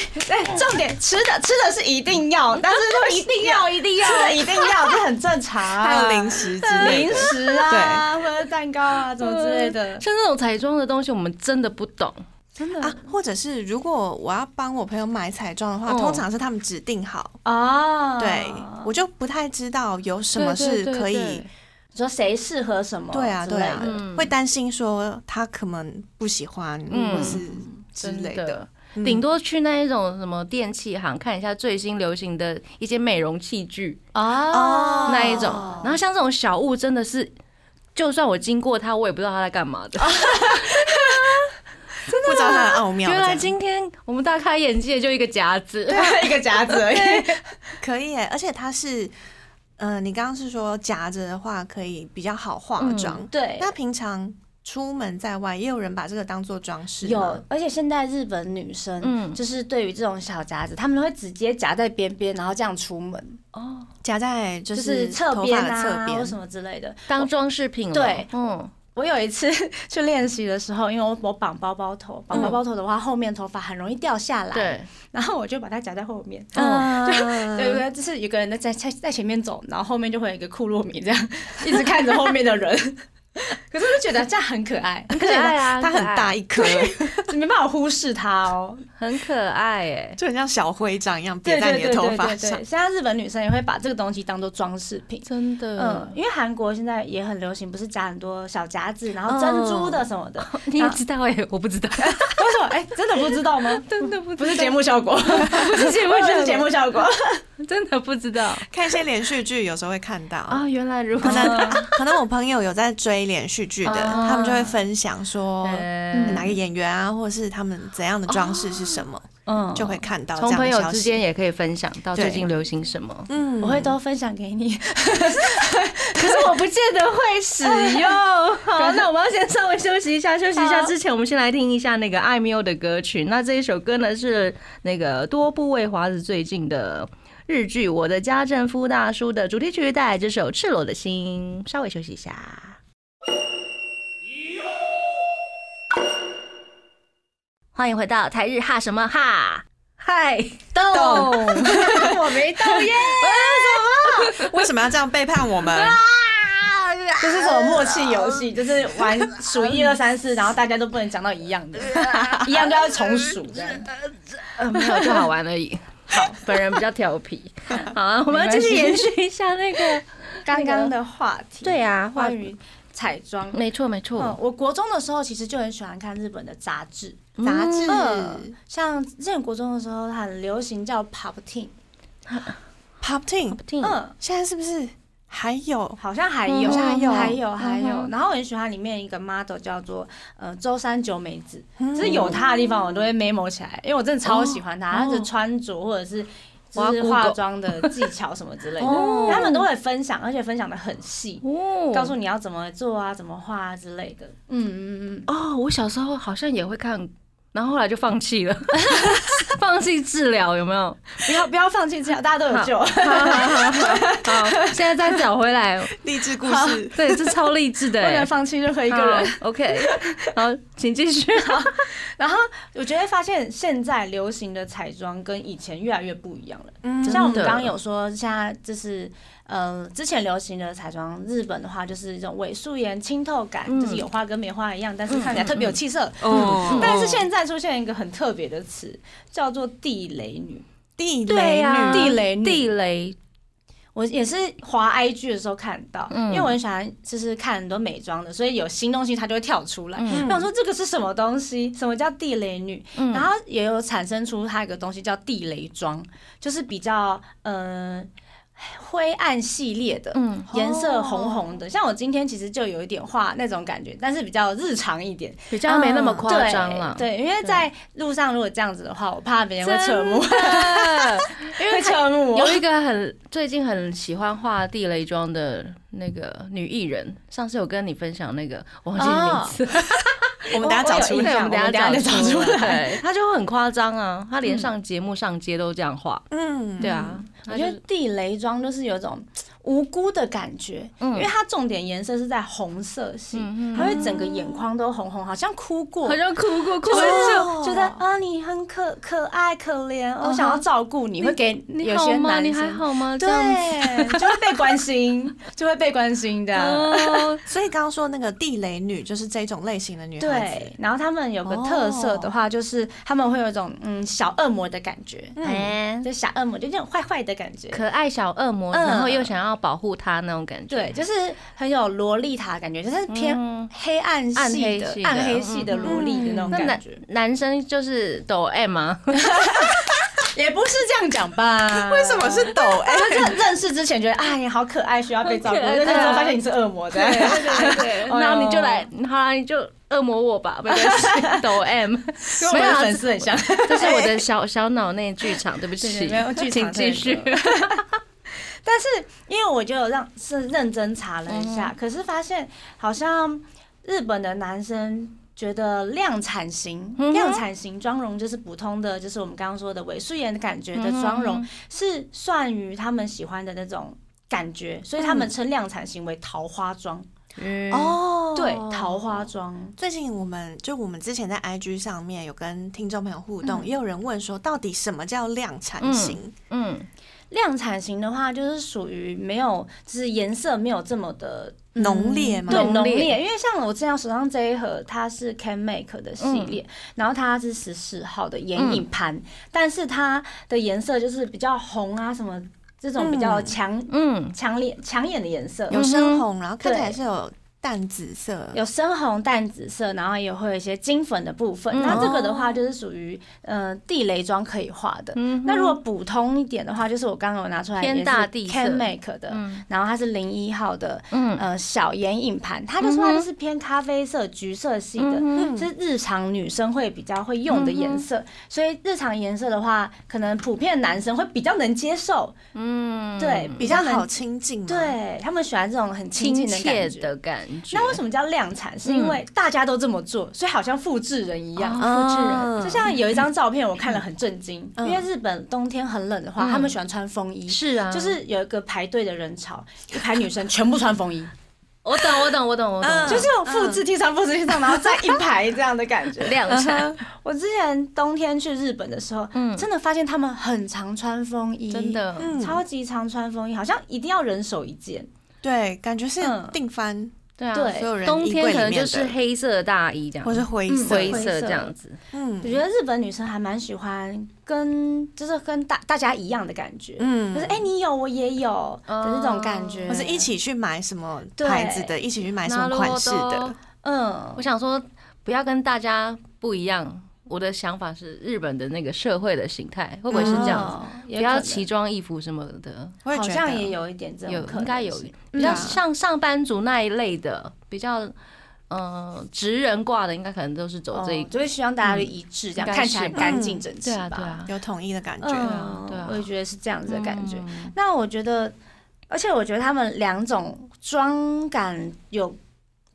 [SPEAKER 3] 重点吃的吃的是一定要，但是就一定要一定要吃的一定要，这很正常啊。
[SPEAKER 4] 还有零食之类
[SPEAKER 3] 零
[SPEAKER 4] 的。
[SPEAKER 3] 食啊，或者蛋糕啊，怎么之类的。
[SPEAKER 2] 像这种彩妆的东西，我们真的不懂。
[SPEAKER 3] 真
[SPEAKER 4] 啊，或者是如果我要帮我朋友买彩妆的话，
[SPEAKER 2] 嗯
[SPEAKER 4] 通常是他们指定好，
[SPEAKER 3] 啊，
[SPEAKER 4] 对我就不太知道有什么
[SPEAKER 2] 对
[SPEAKER 4] 是
[SPEAKER 2] 对对
[SPEAKER 4] 可以，
[SPEAKER 2] 对
[SPEAKER 3] 你说谁适合什么？
[SPEAKER 4] 对啊对啊，
[SPEAKER 2] 嗯
[SPEAKER 4] 会担心说他可能不喜欢，
[SPEAKER 2] 嗯
[SPEAKER 4] 或是之类
[SPEAKER 2] 真
[SPEAKER 4] 的
[SPEAKER 2] 的，
[SPEAKER 4] 嗯
[SPEAKER 2] 顶多去那一种什么电器行看一下最新流行的一些美容器具
[SPEAKER 4] 啊
[SPEAKER 3] 哦
[SPEAKER 2] 那一种。然后像这种小物，真的是，就算我经过它，我也不知道它在干嘛的。
[SPEAKER 4] 不知道它的奥哦妙这
[SPEAKER 2] 原
[SPEAKER 4] 样。
[SPEAKER 2] 来今天我们大开眼界，就一个夹子。
[SPEAKER 4] 啊
[SPEAKER 3] 对，一个夹子而已。
[SPEAKER 4] 可以耶，而且它是，呃，你刚刚是说夹着的话可以比较好化妆，
[SPEAKER 3] 对
[SPEAKER 4] 那平常出门在外也有人把这个当做装饰吗，
[SPEAKER 3] 有，而且现在日本女生，
[SPEAKER 2] 嗯
[SPEAKER 3] 就是对于这种小夹子，她们会直接夹在边边，然后这样出门，
[SPEAKER 2] 哦，
[SPEAKER 4] 夹在就
[SPEAKER 3] 就是是
[SPEAKER 4] 头
[SPEAKER 3] 侧边
[SPEAKER 4] 发的侧
[SPEAKER 3] 啊，
[SPEAKER 4] 边，
[SPEAKER 3] 或什么之类的。
[SPEAKER 2] 当装饰品了。
[SPEAKER 3] 对
[SPEAKER 2] 嗯，
[SPEAKER 3] 我有一次去练习的时候，因为我我绑包包头，绑包包头的话，后面头发很容易掉下来，，
[SPEAKER 2] 对，
[SPEAKER 3] 然后我就把它夹在后面。
[SPEAKER 4] 嗯，
[SPEAKER 3] 对不对？就是有个人在在在在前面走，然后后面就会有一个库洛米这样一直看着后面的人， 可是我就觉得这样很可爱，
[SPEAKER 2] 很可爱啊，
[SPEAKER 4] 它很
[SPEAKER 2] 可爱
[SPEAKER 4] 大，一颗，
[SPEAKER 3] 没办法忽视它哦。
[SPEAKER 2] 很可爱哎。
[SPEAKER 4] 就很像小徽章一样
[SPEAKER 3] 对
[SPEAKER 4] 别在
[SPEAKER 3] 对
[SPEAKER 4] 你
[SPEAKER 3] 对
[SPEAKER 4] 的头
[SPEAKER 3] 对
[SPEAKER 4] 发
[SPEAKER 3] 对对，
[SPEAKER 4] 上
[SPEAKER 3] 现。在日本女生也会把这个东西当做装饰品。
[SPEAKER 2] 真的
[SPEAKER 3] 嗯，，因为韩国现在也很流行，不是夹很多小夹子，然后珍珠的什么的。
[SPEAKER 2] 你也知道哎、我不知道，
[SPEAKER 3] 为什么？哎，真的不知道吗？
[SPEAKER 2] 真的不知
[SPEAKER 3] 不
[SPEAKER 2] 道
[SPEAKER 3] 是节目效果， 不是节目，就是节目效果。
[SPEAKER 2] 真的不知道
[SPEAKER 4] 看一些连续剧，有时候会看到。
[SPEAKER 2] 啊、原来如此
[SPEAKER 4] 可。能 可能我朋友有在追连续剧的，
[SPEAKER 2] 啊
[SPEAKER 4] 他们就会分享说
[SPEAKER 2] 嗯
[SPEAKER 4] 哪个演员啊，或者是他们怎样的装饰是什么，
[SPEAKER 3] 嗯，
[SPEAKER 4] 就会看到这
[SPEAKER 2] 从
[SPEAKER 4] 样
[SPEAKER 2] 朋
[SPEAKER 4] 的
[SPEAKER 2] 友
[SPEAKER 4] 消
[SPEAKER 2] 之
[SPEAKER 4] 息。
[SPEAKER 2] 间也可以分享到
[SPEAKER 4] 对
[SPEAKER 2] 最近流行什么，
[SPEAKER 4] 嗯
[SPEAKER 3] 我会都分享给你。
[SPEAKER 2] 可是我不见得会使用。 好，那我们要先稍微休息一下，休息一下之前，我们先来听一下那个艾缪的歌曲。那这一首歌呢是那个多部位华子最近的日剧《我的家政夫大叔》的主题曲，带来这首《赤裸的心》。稍微休息一下。欢迎回到台日哈什么哈嗨动， 我没动耶。
[SPEAKER 4] 为什么要这样背叛我们？
[SPEAKER 3] 这是什么默契游 戏？就是玩数一二三四，然后大家都不能讲到一样 的，一样都要重数这样。
[SPEAKER 2] 呃， 没有就好玩而已。好，本人比较调 皮。好啊，我们继续延续一下那个。
[SPEAKER 3] 刚刚的话题，
[SPEAKER 2] 对啊话哦
[SPEAKER 3] 关于彩妆。
[SPEAKER 2] 没错，没
[SPEAKER 3] 嗯
[SPEAKER 2] 错，，
[SPEAKER 3] 我国中的时候其实就很喜欢看日本的杂志，
[SPEAKER 4] 杂志
[SPEAKER 3] 嗯，像之前国中的时候很流行叫 Pop Teen，
[SPEAKER 4] Pop Teen，
[SPEAKER 2] 听
[SPEAKER 3] 嗯，
[SPEAKER 4] 现在是不是还有？
[SPEAKER 3] 好像还有，
[SPEAKER 2] 嗯
[SPEAKER 3] 还有，
[SPEAKER 4] 嗯
[SPEAKER 3] 还有，还有。
[SPEAKER 2] 嗯
[SPEAKER 3] 然后我很喜欢里面一个 model 叫做呃周山九美子，嗯
[SPEAKER 4] 嗯
[SPEAKER 3] 就是有她的地方我都会 memo 起来，因为我真的超喜欢她，她的穿着或者是。
[SPEAKER 2] 哇
[SPEAKER 3] 就是
[SPEAKER 2] ，Google
[SPEAKER 3] 化妆的技巧什么之类 的，
[SPEAKER 2] 哦
[SPEAKER 3] 他们都会分享，而且分享的很细，
[SPEAKER 2] 哦
[SPEAKER 3] 告诉你要怎么做啊，怎么画啊之类的。嗯嗯嗯，
[SPEAKER 2] 哦，我小时候好像也会看，然后后来就放弃 了，放弃治疗有没有？
[SPEAKER 3] 不要不要放弃治疗，大家都有救。
[SPEAKER 2] 好好好好，好现在再找回来，
[SPEAKER 4] 励志故事，
[SPEAKER 2] 对，这超励志的
[SPEAKER 3] 不能
[SPEAKER 2] 欸。
[SPEAKER 3] 放弃任何一
[SPEAKER 2] 一
[SPEAKER 3] 个人。
[SPEAKER 2] ，OK，好，请继 续。
[SPEAKER 3] 然后我觉得发现现在流行的彩妆跟以前越来越不一样了。
[SPEAKER 4] 嗯
[SPEAKER 3] 像我们
[SPEAKER 2] 真的
[SPEAKER 3] 刚刚有说，现在就是呃，之前流行的彩妆，日本的话就是一种伪素颜、清透感，
[SPEAKER 2] 嗯
[SPEAKER 3] 就是有花跟没花一样，但是看起来特别有气色。
[SPEAKER 4] 哦
[SPEAKER 3] 但是现在出现一个很特别的词，叫做地雷女。
[SPEAKER 4] 地
[SPEAKER 2] 对
[SPEAKER 4] 雷
[SPEAKER 2] 呀，
[SPEAKER 4] 女，
[SPEAKER 3] 地雷女
[SPEAKER 2] 地雷，
[SPEAKER 3] 我也是滑 IG 的时候看到，
[SPEAKER 2] 嗯
[SPEAKER 3] 因为我很喜欢就是看很多美妆的，所以有新东西它就会跳出来。
[SPEAKER 2] 嗯
[SPEAKER 3] 我想说这个是什么东西？什么叫地雷女？
[SPEAKER 2] 嗯
[SPEAKER 3] 然后也有产生出它一个东西叫地雷妆，就是比较嗯、呃、灰暗系列的。
[SPEAKER 2] 嗯，哦
[SPEAKER 3] 颜色红红的，像我今天其实就有一点画那种感觉，但是比较日常一点，
[SPEAKER 2] 比较没那么夸
[SPEAKER 3] 对
[SPEAKER 2] 张了。
[SPEAKER 3] 对，因为在路上如果这样子的话，我怕别人会侧 目，
[SPEAKER 2] 真的，因
[SPEAKER 3] 会
[SPEAKER 2] 为她
[SPEAKER 3] 侧目我。
[SPEAKER 2] 有一个很最近很喜欢画地雷妆的那个女艺人，上次有跟你分享那个，我忘记名字，
[SPEAKER 4] 我们等下找
[SPEAKER 3] 哦我
[SPEAKER 4] 出
[SPEAKER 3] 有印
[SPEAKER 2] 对， 我
[SPEAKER 4] 来。
[SPEAKER 3] 象
[SPEAKER 2] 们等一下
[SPEAKER 3] 我们等一下再找出来嗯
[SPEAKER 2] 对，她就很夸张啊，她连上节目上街都这样画，
[SPEAKER 4] 嗯，
[SPEAKER 2] 对啊，
[SPEAKER 3] 我
[SPEAKER 2] 她就
[SPEAKER 3] 觉得地雷妆就是有一种无辜的感觉，
[SPEAKER 2] 嗯
[SPEAKER 3] 因为它重点颜色是在红色系，它会整个
[SPEAKER 2] 嗯
[SPEAKER 3] 眼眶都红红，好像哭过，
[SPEAKER 2] 好像哭过，哭
[SPEAKER 3] 就
[SPEAKER 2] 很
[SPEAKER 3] 是就
[SPEAKER 2] 久。
[SPEAKER 3] 觉得啊，你很可可爱可怜，我想要照顾你，会给
[SPEAKER 2] 嗯你
[SPEAKER 3] 有
[SPEAKER 2] 好
[SPEAKER 3] 些
[SPEAKER 2] 吗？
[SPEAKER 3] 男
[SPEAKER 2] 你
[SPEAKER 3] 生
[SPEAKER 2] 还好吗？这样子。
[SPEAKER 3] 对，就会被关 心，就会被关心的。
[SPEAKER 2] 哦，
[SPEAKER 4] 所以刚刚说那个地雷女就是这种类型的女孩子
[SPEAKER 3] 对，，然后他们有个特色的话，就是他们会有一种嗯小恶魔的感觉，
[SPEAKER 2] 哎，
[SPEAKER 3] 就小恶魔就那种坏坏的感觉。
[SPEAKER 2] 可爱小恶魔，
[SPEAKER 3] 嗯
[SPEAKER 2] 然后又想要保护他那种感觉。
[SPEAKER 3] 对，就是很有萝莉塔的感觉，就是偏
[SPEAKER 2] 嗯
[SPEAKER 3] 黑暗
[SPEAKER 2] 暗
[SPEAKER 3] 系
[SPEAKER 2] 黑
[SPEAKER 3] 的
[SPEAKER 2] 系、的嗯
[SPEAKER 3] 暗黑系的萝莉的那种
[SPEAKER 2] 那
[SPEAKER 3] 感
[SPEAKER 2] 男
[SPEAKER 3] 觉，
[SPEAKER 2] 男生就是抖 M 啊吗？
[SPEAKER 3] 也不是这样讲 吧？为
[SPEAKER 4] 为什么是抖 M？
[SPEAKER 3] 哎认认识之前觉得啊你好可爱，需要被照顾，
[SPEAKER 2] 很可爱
[SPEAKER 3] 认识之后发现你是恶魔的，
[SPEAKER 2] 对 对
[SPEAKER 3] 哎呦
[SPEAKER 2] 然后你就来，好啦，你就恶魔我吧，没关系， 抖 M。
[SPEAKER 3] 跟我们的粉丝啊很像。
[SPEAKER 2] 这是我的小小脑内剧场，对不起，
[SPEAKER 3] 对没有剧
[SPEAKER 2] 请
[SPEAKER 3] 场
[SPEAKER 2] 继续。
[SPEAKER 3] 但是因为我就有让是认真查了一下，可是发现好像日本的男生。觉得量产型、
[SPEAKER 2] 嗯哼
[SPEAKER 3] 量产型妆容就是普通的，就是我们刚刚说的伪素颜的感觉的妆容，是算于他们喜欢的那种感觉，所以他们称量产型为桃花妆。
[SPEAKER 2] 嗯，
[SPEAKER 4] 哦
[SPEAKER 3] 对，桃花妆。
[SPEAKER 4] 最近我们就我们之前在 IG 上面有跟听众朋友互
[SPEAKER 3] 嗯
[SPEAKER 4] 动，也有人问说，到底什么叫量产型？
[SPEAKER 2] 嗯，
[SPEAKER 3] 量产型的话，就是属于没有，就是颜色没有这么的
[SPEAKER 4] 浓烈吗
[SPEAKER 3] 对
[SPEAKER 2] 嗯浓
[SPEAKER 3] 浓
[SPEAKER 2] 烈
[SPEAKER 3] 烈，因为像我之前手上这一盒，它是 Can Make 的系列，然后它是十四号的眼影盘，
[SPEAKER 2] 嗯
[SPEAKER 3] 但是它的颜色就是比较红啊什么这种比较强、
[SPEAKER 2] 嗯，
[SPEAKER 3] 强烈抢眼的颜色，
[SPEAKER 4] 有
[SPEAKER 3] 有
[SPEAKER 4] 深红，然后看起来
[SPEAKER 3] 对
[SPEAKER 4] 是有淡紫色，
[SPEAKER 3] 有深红、淡紫色，然后也会有一些金粉的部
[SPEAKER 2] 嗯
[SPEAKER 3] 分。那这个的
[SPEAKER 2] 哦
[SPEAKER 3] 话就是属于呃地雷妆可以画的。那如果普通一点的话，就是我刚刚有拿出来
[SPEAKER 2] 嗯偏
[SPEAKER 3] 也是
[SPEAKER 2] 大地色
[SPEAKER 3] Can Make 的，然后它是零一号的，
[SPEAKER 2] 嗯
[SPEAKER 3] 呃小眼影盘，它就是它就是偏咖啡色、橘色系的，
[SPEAKER 2] 嗯
[SPEAKER 3] 是日常女生会比较会用的颜色。所以日常颜色的话，可能普遍男生会比较能接受，嗯，对，
[SPEAKER 4] 比较
[SPEAKER 3] 能
[SPEAKER 4] 好，亲近嘛。，
[SPEAKER 3] 对他们喜欢这种很亲
[SPEAKER 2] 啊亲
[SPEAKER 3] 近的
[SPEAKER 2] 切
[SPEAKER 3] 感觉。嗯
[SPEAKER 2] 的感觉。
[SPEAKER 3] 那为什么叫量产？是因为大家都这么做，所以好像复制人一样。
[SPEAKER 2] 哦
[SPEAKER 4] 嗯
[SPEAKER 2] 复制人
[SPEAKER 3] 就像有一张照片，我看了很震惊，因为日本冬天很冷的话，他们喜欢穿风衣，
[SPEAKER 2] 是啊，
[SPEAKER 3] 嗯就是有一个排队的人潮，一排女生全部穿风衣，
[SPEAKER 2] 我懂，我懂，我懂，我懂，
[SPEAKER 4] 嗯
[SPEAKER 3] 就是有复制 T 上复制 T 上，然后再一排这样的感 觉。
[SPEAKER 2] 量产，
[SPEAKER 3] 我之前冬天去日本的时候，
[SPEAKER 2] 嗯
[SPEAKER 3] 真的发现他们很常穿风衣，
[SPEAKER 2] 真。的。
[SPEAKER 4] 嗯，
[SPEAKER 3] 超级常穿风衣，好像一定要人手一件。
[SPEAKER 4] 对，感觉是
[SPEAKER 3] 嗯
[SPEAKER 4] 定番，
[SPEAKER 2] 对啊，
[SPEAKER 3] 对
[SPEAKER 4] 所有人
[SPEAKER 2] 冬
[SPEAKER 4] 衣
[SPEAKER 2] 天
[SPEAKER 4] 柜
[SPEAKER 2] 可
[SPEAKER 4] 里
[SPEAKER 2] 能就
[SPEAKER 4] 面
[SPEAKER 2] 是
[SPEAKER 4] 的，
[SPEAKER 2] 黑色的大衣这样，
[SPEAKER 4] 或是灰
[SPEAKER 3] 嗯
[SPEAKER 4] 色，
[SPEAKER 2] 灰
[SPEAKER 3] 灰色
[SPEAKER 2] 色这样子。
[SPEAKER 4] 嗯
[SPEAKER 3] 我觉得日本女生还蛮喜欢跟，就是跟大大家一样的感觉。
[SPEAKER 4] 嗯
[SPEAKER 3] 就是哎、你有我也有
[SPEAKER 2] 嗯
[SPEAKER 3] 的那种感觉，
[SPEAKER 4] 或是一起去买什么牌子的，一起去买什么款式
[SPEAKER 2] なるほ
[SPEAKER 4] 的
[SPEAKER 2] ど，
[SPEAKER 3] 嗯
[SPEAKER 2] 我，想说，不要跟大家不一样。我的想法是，日本的那个社会的形态会不会是这样子？
[SPEAKER 3] 哦，
[SPEAKER 2] 不
[SPEAKER 3] 也可
[SPEAKER 2] 要
[SPEAKER 3] 能
[SPEAKER 2] 奇装异服什么的，
[SPEAKER 4] 我也
[SPEAKER 3] 好
[SPEAKER 4] 觉
[SPEAKER 3] 像也
[SPEAKER 4] 得。
[SPEAKER 3] 有一点这
[SPEAKER 2] 有
[SPEAKER 3] 种可能性，
[SPEAKER 2] 应该有比
[SPEAKER 3] 嗯
[SPEAKER 2] 较
[SPEAKER 4] 啊
[SPEAKER 2] 像上班族那一类的，比较呃职人挂的，应该可能都是走
[SPEAKER 3] 哦
[SPEAKER 2] 这一
[SPEAKER 3] 就会希望大家都一致，这样
[SPEAKER 2] 嗯应该
[SPEAKER 3] 看起来
[SPEAKER 2] 是
[SPEAKER 3] 很
[SPEAKER 2] 吧
[SPEAKER 3] 干净整齐
[SPEAKER 2] 对啊
[SPEAKER 3] 吧。
[SPEAKER 2] 对啊，
[SPEAKER 4] 有统一的感
[SPEAKER 3] 嗯，
[SPEAKER 4] 觉，
[SPEAKER 2] 对啊
[SPEAKER 3] 我也觉得是这样子的感觉。
[SPEAKER 2] 嗯
[SPEAKER 3] 那我觉得，而且我觉得他们两种妆感有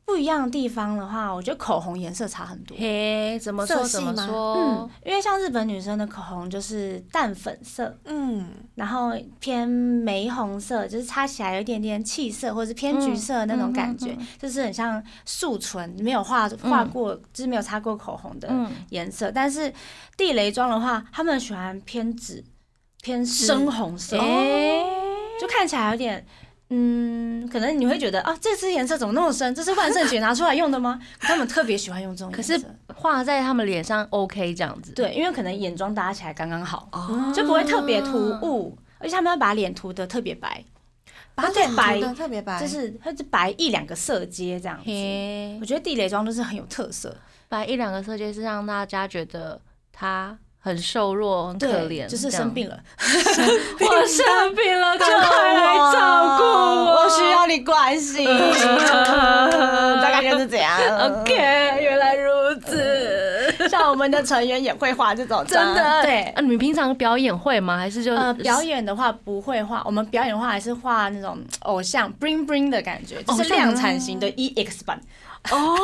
[SPEAKER 3] 不一样的地方的话，我觉得口红颜色差很多。
[SPEAKER 2] 嘿，怎么说
[SPEAKER 4] 色
[SPEAKER 2] 怎
[SPEAKER 4] 系
[SPEAKER 2] 么
[SPEAKER 4] 吗
[SPEAKER 2] 说
[SPEAKER 3] 嗯？，因为像日本女生的口红就是淡粉色，
[SPEAKER 4] 嗯，
[SPEAKER 3] 然后偏玫红色，就是擦起来有一点点气色，或者是偏橘色的那种感觉，就是很像素唇，没有画画过，就是没有擦过口红的
[SPEAKER 2] 嗯
[SPEAKER 3] 颜色。但是地雷妆的话，他们喜欢偏紫、偏深红色，
[SPEAKER 2] 诶
[SPEAKER 3] 就看起来有点。嗯，可能你会觉得啊，这支颜色怎么那么深？这是万圣节拿出来用的吗？他们特别喜欢用这种
[SPEAKER 2] 可
[SPEAKER 3] 颜色，
[SPEAKER 2] 是画在他们脸上 OK 这样子，
[SPEAKER 3] 对，因为可能眼妆搭起来刚刚好，
[SPEAKER 2] 哦，
[SPEAKER 3] 就不会特别突兀，而且他们要把脸涂得特别白。
[SPEAKER 4] 把
[SPEAKER 3] 它
[SPEAKER 4] 脸
[SPEAKER 3] 白
[SPEAKER 4] 涂的特别白，
[SPEAKER 3] 就是它就白一两个色阶这样子。
[SPEAKER 2] 嘿
[SPEAKER 3] 我，觉得地雷妆都是很有特色，
[SPEAKER 2] 把一两个色阶是让大家觉得他很瘦弱、很
[SPEAKER 3] 对
[SPEAKER 2] 可怜，
[SPEAKER 3] 就是生病了，
[SPEAKER 2] 这样， 我生病了，赶快来
[SPEAKER 3] 我
[SPEAKER 2] 照顾我，
[SPEAKER 3] 我需要你关 心，大概就是这样。
[SPEAKER 2] OK，原来如 此，
[SPEAKER 3] 像我们的成员也会画这种
[SPEAKER 2] 真
[SPEAKER 3] 妆，
[SPEAKER 2] 的。
[SPEAKER 3] 对
[SPEAKER 2] 啊。你们平常表演会吗？还是就
[SPEAKER 3] 呃，表演的话不会画，我们表演的话还是画那种偶像 bling bling 的感觉，就是量产型的 EX E 版。
[SPEAKER 2] 哦，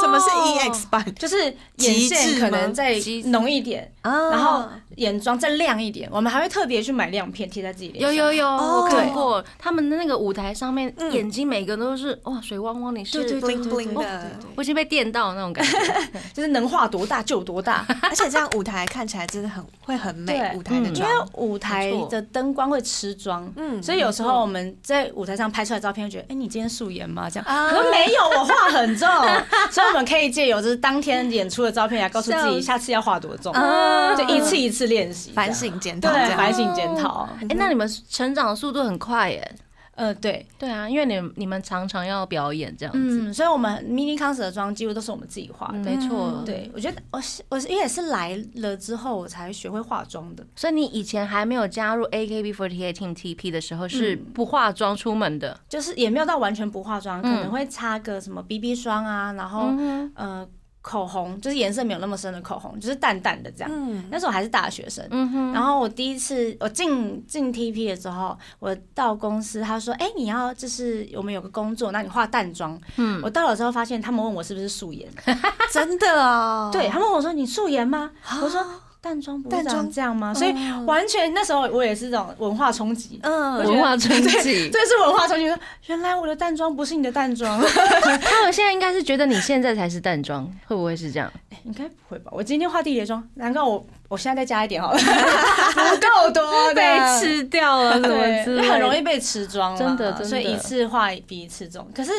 [SPEAKER 4] 什么是 EX 版？
[SPEAKER 3] 就是眼
[SPEAKER 4] 极
[SPEAKER 3] 线
[SPEAKER 4] 致嗯
[SPEAKER 3] 可
[SPEAKER 4] 吗
[SPEAKER 3] 能再
[SPEAKER 2] 极致
[SPEAKER 3] 浓一点，
[SPEAKER 4] 然
[SPEAKER 3] 然后眼妆再亮一点。我们还会特别去买亮片贴在自己脸
[SPEAKER 2] 有
[SPEAKER 3] 上。
[SPEAKER 2] 有有，
[SPEAKER 4] 哦
[SPEAKER 2] 我看过他们的那个舞台上面，
[SPEAKER 4] 嗯
[SPEAKER 2] 眼睛每个都是哇水汪汪，你是
[SPEAKER 3] 对对
[SPEAKER 4] bling bling
[SPEAKER 3] 对
[SPEAKER 4] 的，
[SPEAKER 2] 我已经被电到那种 感觉。
[SPEAKER 3] 就是能画多大就多大，
[SPEAKER 4] 而且这样舞台看起来真的很会很美，
[SPEAKER 3] 对
[SPEAKER 4] 舞台的
[SPEAKER 2] 嗯
[SPEAKER 3] 因
[SPEAKER 4] 妆
[SPEAKER 3] 为，舞台的灯光会吃妆。
[SPEAKER 4] 嗯
[SPEAKER 3] 所以有时候我们在舞台上拍出来的照片，会觉得，哎、你今天素颜吗？ 这样，
[SPEAKER 4] 啊
[SPEAKER 3] 我说没有，我画很重， 所以我们可以借由就是当天演出的照片来告诉自己下次要画多重，
[SPEAKER 2] 啊
[SPEAKER 3] 就一次一次练习，
[SPEAKER 4] 反省检讨
[SPEAKER 3] 对
[SPEAKER 4] 这，样
[SPEAKER 3] 反。 省检讨。
[SPEAKER 2] 哎、那你们成长的速度很快耶？
[SPEAKER 3] 呃，对，
[SPEAKER 2] 对啊，因为你们你们常常要表演这样子，
[SPEAKER 3] 嗯，所以我们 mini concert 的妆几乎都是我们自己画的。
[SPEAKER 2] 没错。，
[SPEAKER 3] 对，我觉得我是我是也是来了之后我才学会化妆的。
[SPEAKER 2] 所以你以前还没有加入 AKB48 Team TP 的时候，是不化妆出门的。
[SPEAKER 3] 就是也没有到完全不化妆，可
[SPEAKER 2] 嗯
[SPEAKER 3] 能会擦个什么 BB 霜啊，然后、呃口红，就是颜色没有那么深的口红，就是淡淡的这样。
[SPEAKER 4] 嗯，
[SPEAKER 3] 那时候我还是大学生，
[SPEAKER 2] 嗯哼，
[SPEAKER 3] 然后我第一次我进进 TP 的时候，我到公司，他说：“哎、你要就是我们有个工作，那你化淡妆。”
[SPEAKER 2] 嗯哦
[SPEAKER 3] 我到了之后发现他们问我是不是素颜，
[SPEAKER 4] 真的哦，
[SPEAKER 3] 对他们问我说：“你素颜吗？”我说：“淡妆不是
[SPEAKER 4] 淡妆
[SPEAKER 3] 长这样吗？”所以
[SPEAKER 2] 哦
[SPEAKER 3] 完全那时候我也是这种文化冲击， 我觉
[SPEAKER 4] 嗯，
[SPEAKER 3] 得
[SPEAKER 2] 文化冲击，
[SPEAKER 3] 这是文化冲击。说原来我的淡妆不是你的淡妆。
[SPEAKER 2] 他们现在应该是觉得你现在才是淡妆，会不会是这 样？
[SPEAKER 3] 应该不会吧？我今天画地雷妆，难怪我我现在再加一 点好了，不够多的，
[SPEAKER 2] 掉了
[SPEAKER 3] 啊对，因为很容
[SPEAKER 2] 易。
[SPEAKER 3] 易被吃妆啦
[SPEAKER 2] 真的真的
[SPEAKER 3] 所以一次画比一次重。可是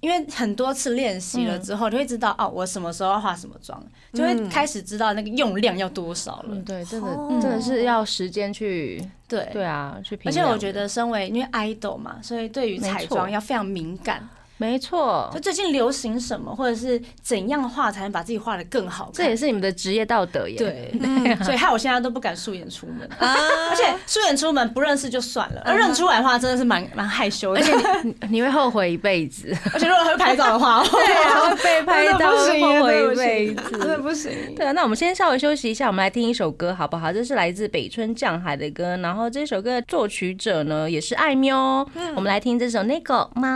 [SPEAKER 3] 因为很多次练习了之后，就会知道哦，我什么时候要画什么妆，就会开始知道那个用量要多少了。
[SPEAKER 2] 嗯，对，真的
[SPEAKER 4] 哦
[SPEAKER 2] 真的是要时间去，
[SPEAKER 3] 对
[SPEAKER 2] 对啊，去评
[SPEAKER 3] 而且我
[SPEAKER 2] 量
[SPEAKER 3] 觉
[SPEAKER 2] 的
[SPEAKER 3] 得，身为因为 idol 嘛，所以对于彩妆
[SPEAKER 2] 没错哦
[SPEAKER 3] 要非常敏感。
[SPEAKER 2] 没错
[SPEAKER 3] 就，最近流行什么，或者是怎样画才能把自己画的更好看？
[SPEAKER 2] 这也是你嗯们的职业道德耶。，
[SPEAKER 3] 对， 所以害我现在都不敢素颜出门，
[SPEAKER 4] 啊
[SPEAKER 3] 而且
[SPEAKER 2] 嗯
[SPEAKER 3] 素颜出门不认识就算了，而认出来的话真的是蛮蛮害羞的，而且
[SPEAKER 2] 你会后悔一辈子。
[SPEAKER 3] 而且如果会拍照的 话， 哦
[SPEAKER 2] 啊，被拍
[SPEAKER 3] 真
[SPEAKER 2] 到
[SPEAKER 3] 的不行
[SPEAKER 2] 后悔一辈
[SPEAKER 3] 真的
[SPEAKER 2] 子。
[SPEAKER 3] 不行。
[SPEAKER 2] 对啊，那我们先稍微休息一下，我们来听一首歌好不好？这是来自北村匠海的歌，然后这首歌的作曲者呢也是爱喵，
[SPEAKER 3] 嗯
[SPEAKER 2] 我们来听这首《那个猫》。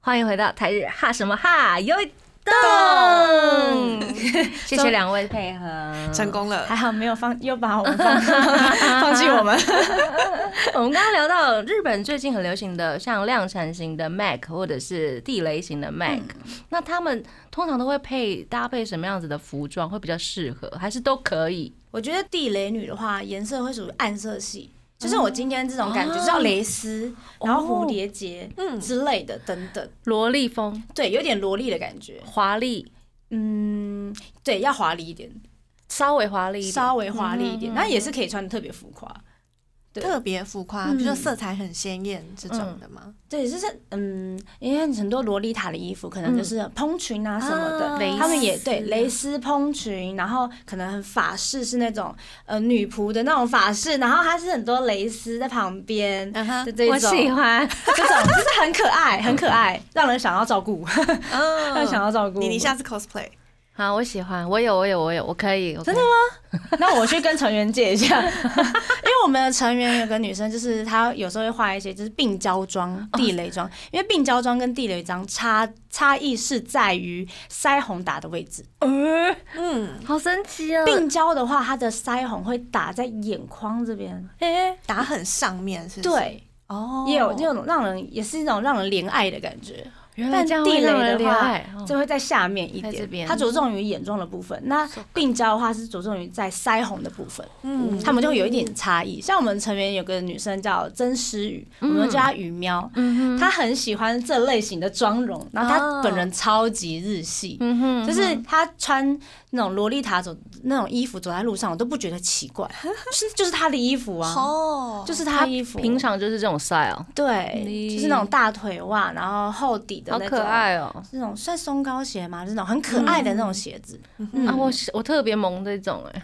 [SPEAKER 2] 欢迎回到台日哈什么哈有动，谢谢两位配合，
[SPEAKER 4] 成功了。
[SPEAKER 3] 还好没有放，又把我们 放放弃我们。
[SPEAKER 2] 哦我们刚刚聊到日本最近很流行的，像量产型的 Mac 或者是地雷型的 Mac，、那他们通常都会配搭配什么样子的服装会比较适合，还是都可以？
[SPEAKER 3] 我觉得地雷女的话，颜色会属于暗色系。就是我今天这种感觉，就是要蕾丝，然后蝴蝶结，嗯之类的，等等，
[SPEAKER 2] 萝莉风、
[SPEAKER 3] 对，有点萝莉的感觉，
[SPEAKER 2] 华丽，
[SPEAKER 3] 嗯，对，要华丽一点，
[SPEAKER 2] 稍微华丽一点，嗯
[SPEAKER 3] 稍微华丽一点，那也是可以穿的特别浮夸，对
[SPEAKER 4] 特别浮夸，
[SPEAKER 3] 嗯
[SPEAKER 4] 比如说色彩很鲜艳这种的吗？
[SPEAKER 3] 对，就是嗯，因为很多洛丽塔的衣服可能就是蓬裙啊什么的，
[SPEAKER 4] 啊
[SPEAKER 2] 蕾
[SPEAKER 3] 他们也
[SPEAKER 2] 丝
[SPEAKER 3] 对蕾丝蓬裙，然后可能很法式是那种呃女仆的那种法式，然后它是很多蕾丝在旁边
[SPEAKER 4] 嗯哼
[SPEAKER 3] 的这
[SPEAKER 2] 我
[SPEAKER 3] 种，
[SPEAKER 2] 喜欢。
[SPEAKER 3] 这种就是很可爱，很可爱，让人想要照顾， 让人想
[SPEAKER 4] 嗯，
[SPEAKER 3] 要照顾。
[SPEAKER 4] 你你下次 cosplay，
[SPEAKER 2] 好，我喜欢，我有，我有，我有，我可以。真的吗？
[SPEAKER 3] 那我去跟成员借一下， 因为我们的成员有个女生，就是她有时候会画一些就是病娇妆、地雷妆，因为病娇妆跟地雷妆差差异是在于腮红打的位置。
[SPEAKER 2] 呃，
[SPEAKER 4] 嗯，
[SPEAKER 2] 好神奇哦！
[SPEAKER 3] 病娇的话，她的腮红会打在眼眶这边，
[SPEAKER 2] 哎，
[SPEAKER 4] 打很上面是不是，
[SPEAKER 3] 对，
[SPEAKER 4] 哦，
[SPEAKER 3] 也有那种让人也是一种让人怜爱的感觉，
[SPEAKER 2] 原来
[SPEAKER 3] 但
[SPEAKER 2] 这样
[SPEAKER 3] 地
[SPEAKER 2] 会
[SPEAKER 3] 雷
[SPEAKER 2] 让
[SPEAKER 3] 的
[SPEAKER 2] 人恋
[SPEAKER 3] 话
[SPEAKER 2] 爱哦
[SPEAKER 3] 就会在下面一
[SPEAKER 2] 在这边
[SPEAKER 3] 点，它着重于眼妆的部分。那病娇的话是着重于在腮红的部分。
[SPEAKER 4] 嗯，
[SPEAKER 3] 他们就会有一点差
[SPEAKER 2] 嗯
[SPEAKER 3] 异。像我们成员有个女生叫曾诗雨，我们叫她雨喵，
[SPEAKER 2] 嗯
[SPEAKER 3] 她很喜欢这类型的妆容，然后她本人超级日系，
[SPEAKER 2] 哦嗯哼，
[SPEAKER 3] 就是她穿那种洛丽塔走那种衣服走在路上，我都不觉得奇 怪，是就是她的衣服啊，
[SPEAKER 4] 哦，
[SPEAKER 3] 就是她的衣服，
[SPEAKER 2] 平常就是这种 style，
[SPEAKER 3] 对，就是那种大腿袜，然后厚底的
[SPEAKER 2] 好
[SPEAKER 3] 那
[SPEAKER 2] 可
[SPEAKER 3] 种。
[SPEAKER 2] 爱哦。
[SPEAKER 3] 那种算松糕鞋吗？就是那种很可爱的那种鞋子，
[SPEAKER 2] 啊，我是我特别萌这种哎。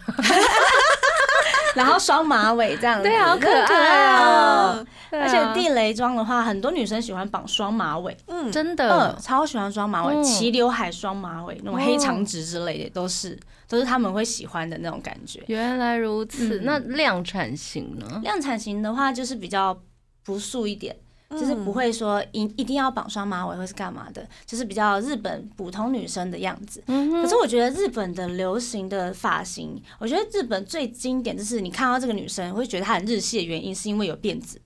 [SPEAKER 3] 然后双马尾这样子，
[SPEAKER 2] 对啊好可
[SPEAKER 3] 很
[SPEAKER 2] 爱
[SPEAKER 3] 哦
[SPEAKER 4] 嗯
[SPEAKER 2] 对
[SPEAKER 3] 而
[SPEAKER 2] 啊
[SPEAKER 3] 且地雷妆的话，很多女生喜欢绑双马尾，
[SPEAKER 4] 嗯，
[SPEAKER 2] 真
[SPEAKER 3] 嗯
[SPEAKER 2] 的，
[SPEAKER 3] 超喜欢双马尾、
[SPEAKER 2] 嗯
[SPEAKER 3] 齐刘海、双马尾，那种黑长直之类的，都
[SPEAKER 2] 嗯
[SPEAKER 3] 是都是他们会喜欢的那种感觉。
[SPEAKER 2] 嗯原来如此。那量产型呢？
[SPEAKER 3] 量产型的话，就是比较不素一点。
[SPEAKER 2] 嗯
[SPEAKER 3] 就是不
[SPEAKER 4] 嗯
[SPEAKER 3] 会说一一定要绑双马尾或是干嘛的，就是比较日本普通女生的样子。
[SPEAKER 2] 嗯
[SPEAKER 3] 可是我觉得日本的流行的发型，我觉得日本最经典就是你看到这个女生会觉得她很日系的原因，是因为有辫子。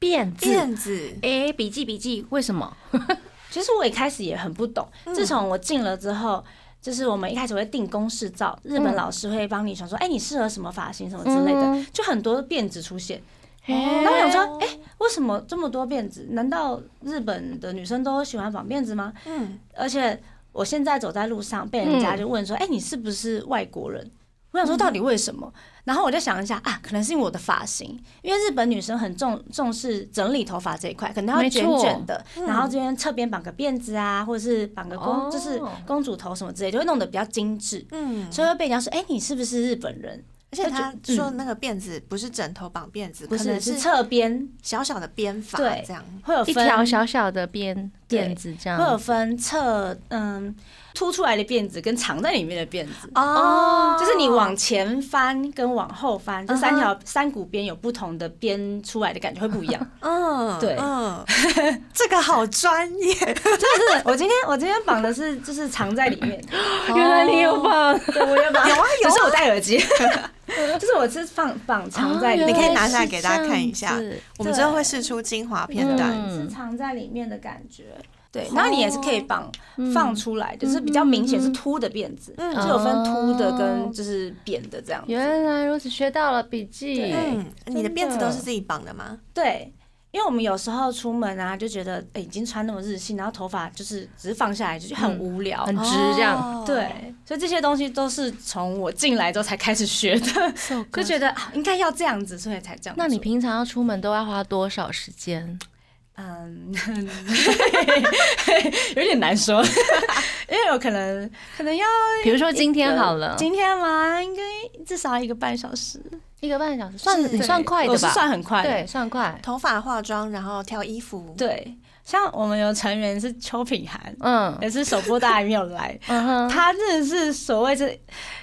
[SPEAKER 2] 辫子。
[SPEAKER 4] 辫子，
[SPEAKER 2] 哎，笔记笔记，为什么？ 嗯
[SPEAKER 3] 其实我一开始也很不懂，自从我进了之后。就是我们一开始会定公式照，日
[SPEAKER 2] 嗯
[SPEAKER 3] 本老师会帮你想说，哎、你适合什么发型什么之类的，就很多辫子出现。然后我想
[SPEAKER 2] 哦
[SPEAKER 3] 说，哎、为什么这么多辫子？难道日本的女生都喜欢绑辫子吗？
[SPEAKER 4] 嗯，
[SPEAKER 3] 而且我现在走在路上，被人
[SPEAKER 2] 嗯
[SPEAKER 3] 家就问说：“哎、你是不是外国人？”我想说，到底为什么？然后我就想一下啊，可能是因为我的发型，因为日本女生很重重视整理头发这一块，可能她
[SPEAKER 2] 没
[SPEAKER 3] 要
[SPEAKER 2] 错嗯
[SPEAKER 3] 卷卷的，然后这边侧边绑个辫子啊，或者是绑个公、
[SPEAKER 2] 哦
[SPEAKER 3] 就是公主头什么之类，就会弄得比较精致，
[SPEAKER 4] 嗯，
[SPEAKER 3] 所以会被人家说：“哎、你是不是日本人
[SPEAKER 4] 而且他
[SPEAKER 3] 就嗯
[SPEAKER 4] 说那个辫子不是枕头绑辫子，？”
[SPEAKER 3] 不
[SPEAKER 4] 可
[SPEAKER 3] 是，
[SPEAKER 4] 能
[SPEAKER 3] 是
[SPEAKER 4] 是
[SPEAKER 3] 侧边
[SPEAKER 4] 小小的编法
[SPEAKER 3] 对
[SPEAKER 4] 这样。
[SPEAKER 3] 会有
[SPEAKER 2] 一
[SPEAKER 3] 分
[SPEAKER 2] 条小小的辫
[SPEAKER 3] 对
[SPEAKER 2] 辫子这
[SPEAKER 3] 会有
[SPEAKER 2] 样。
[SPEAKER 3] 分侧嗯凸出来的辫子跟藏在里面的辫子。
[SPEAKER 4] 哦
[SPEAKER 3] 就是你往前翻跟往后翻，这三条山谷边有不同的边出来的感觉会不一 样。
[SPEAKER 4] 嗯，
[SPEAKER 3] 对
[SPEAKER 4] 嗯，这个好专业，
[SPEAKER 3] 就是我今天我今天绑的是就是藏在里面，
[SPEAKER 2] 啊原来你有放，
[SPEAKER 3] 对我也绑，有啊有，只是我戴耳 机，就是我是放绑藏在里
[SPEAKER 4] 你
[SPEAKER 3] 面，
[SPEAKER 4] 可以拿下来给大家看一下
[SPEAKER 2] 哦啊原来是这样子
[SPEAKER 4] 我们之后会试出精华片段。
[SPEAKER 2] 嗯
[SPEAKER 3] 是藏在里面的感觉。对，哦然后你也是可以绑
[SPEAKER 2] 嗯
[SPEAKER 3] 放出来，就是比较明显是凸的辫子，
[SPEAKER 4] 嗯
[SPEAKER 3] 就有分凸的跟就是扁的这样子。
[SPEAKER 2] 原来如此，学到了笔记。
[SPEAKER 4] 嗯，你的
[SPEAKER 2] 真的
[SPEAKER 4] 辫子都是自己绑的吗？
[SPEAKER 3] 对，因为我们有时候出门啊，就觉得、诶已经穿那么日系，然后头发就是只是放下来，就是很无聊。
[SPEAKER 2] 很直这样，
[SPEAKER 4] 哦，
[SPEAKER 3] 对，所以这些东西都是从我进来之后才开始学 的，就觉得、啊、应该要这样子，所以才这样做。
[SPEAKER 2] 那你平常要出门都要花多少时间？
[SPEAKER 3] 嗯， 有点难说， 因为有可能可能要
[SPEAKER 2] 比如说今天好了，
[SPEAKER 3] 今天嘛，应该至少要一个半小时，
[SPEAKER 2] 一个半小时，算
[SPEAKER 4] 是
[SPEAKER 2] 你算快
[SPEAKER 3] 我
[SPEAKER 2] 的
[SPEAKER 3] 是
[SPEAKER 2] 吧？
[SPEAKER 3] 算很快的，
[SPEAKER 2] 对，算快。
[SPEAKER 4] 头发、化妆，然后挑衣服。
[SPEAKER 3] 对。像我们有成员是邱品涵，
[SPEAKER 2] 嗯
[SPEAKER 3] 也是首播大家也没有来，
[SPEAKER 2] 嗯哼，
[SPEAKER 3] 他真的是所谓是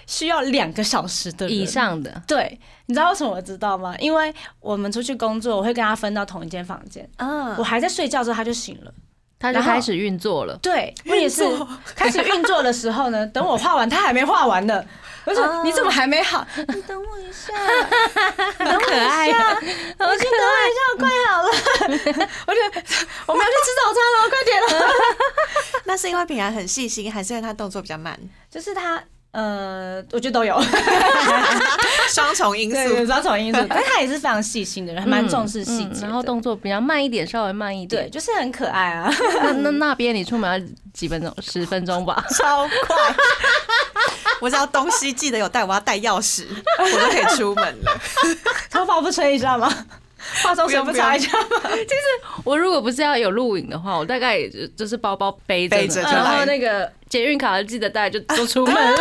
[SPEAKER 3] 需要两个小时的人
[SPEAKER 2] 以。上的
[SPEAKER 3] 对，你知道为什么我知道吗？因为我们出去工作，我会跟他分到同一间房间。我
[SPEAKER 4] 嗯，
[SPEAKER 3] 还在睡觉的时候，他就醒了。
[SPEAKER 2] 他就
[SPEAKER 3] 然后
[SPEAKER 2] 开始运作了。
[SPEAKER 3] 对，我也是开 始运作的时候呢，等我画完，他还没画完呢。我说、
[SPEAKER 2] 嗯
[SPEAKER 3] 你怎么还没好？你等我一下，你等我
[SPEAKER 2] 可
[SPEAKER 3] 一
[SPEAKER 2] 爱啊
[SPEAKER 3] 下， 我 去等我一下，我快好了。我就我们要去吃早餐了，快点了。
[SPEAKER 4] 那是因为品然很细心，还是因为他动作比较慢？
[SPEAKER 3] 就是他，呃，我觉得都有。
[SPEAKER 4] 双重因
[SPEAKER 3] 对，有
[SPEAKER 4] 素。
[SPEAKER 3] 双重因素，但他也是非常细心的人，还蛮重视细
[SPEAKER 2] 嗯
[SPEAKER 3] 节的、
[SPEAKER 2] 然后动作比较慢一点，稍微慢一
[SPEAKER 3] 对，
[SPEAKER 2] 点。
[SPEAKER 3] 就是很可爱啊，
[SPEAKER 2] 那那那边你出门要几分钟？十分钟吧。
[SPEAKER 4] 超快。 我知道东西记得有带，我要带钥匙，我就可以出门了。
[SPEAKER 3] 头发不吹一下吗？化妆水不擦一下吗？
[SPEAKER 2] 我如果不是要有录影的话，我大概也就就是包包背着呢，
[SPEAKER 4] 背着就来
[SPEAKER 2] 然后那个捷运卡记得带，就都出门了。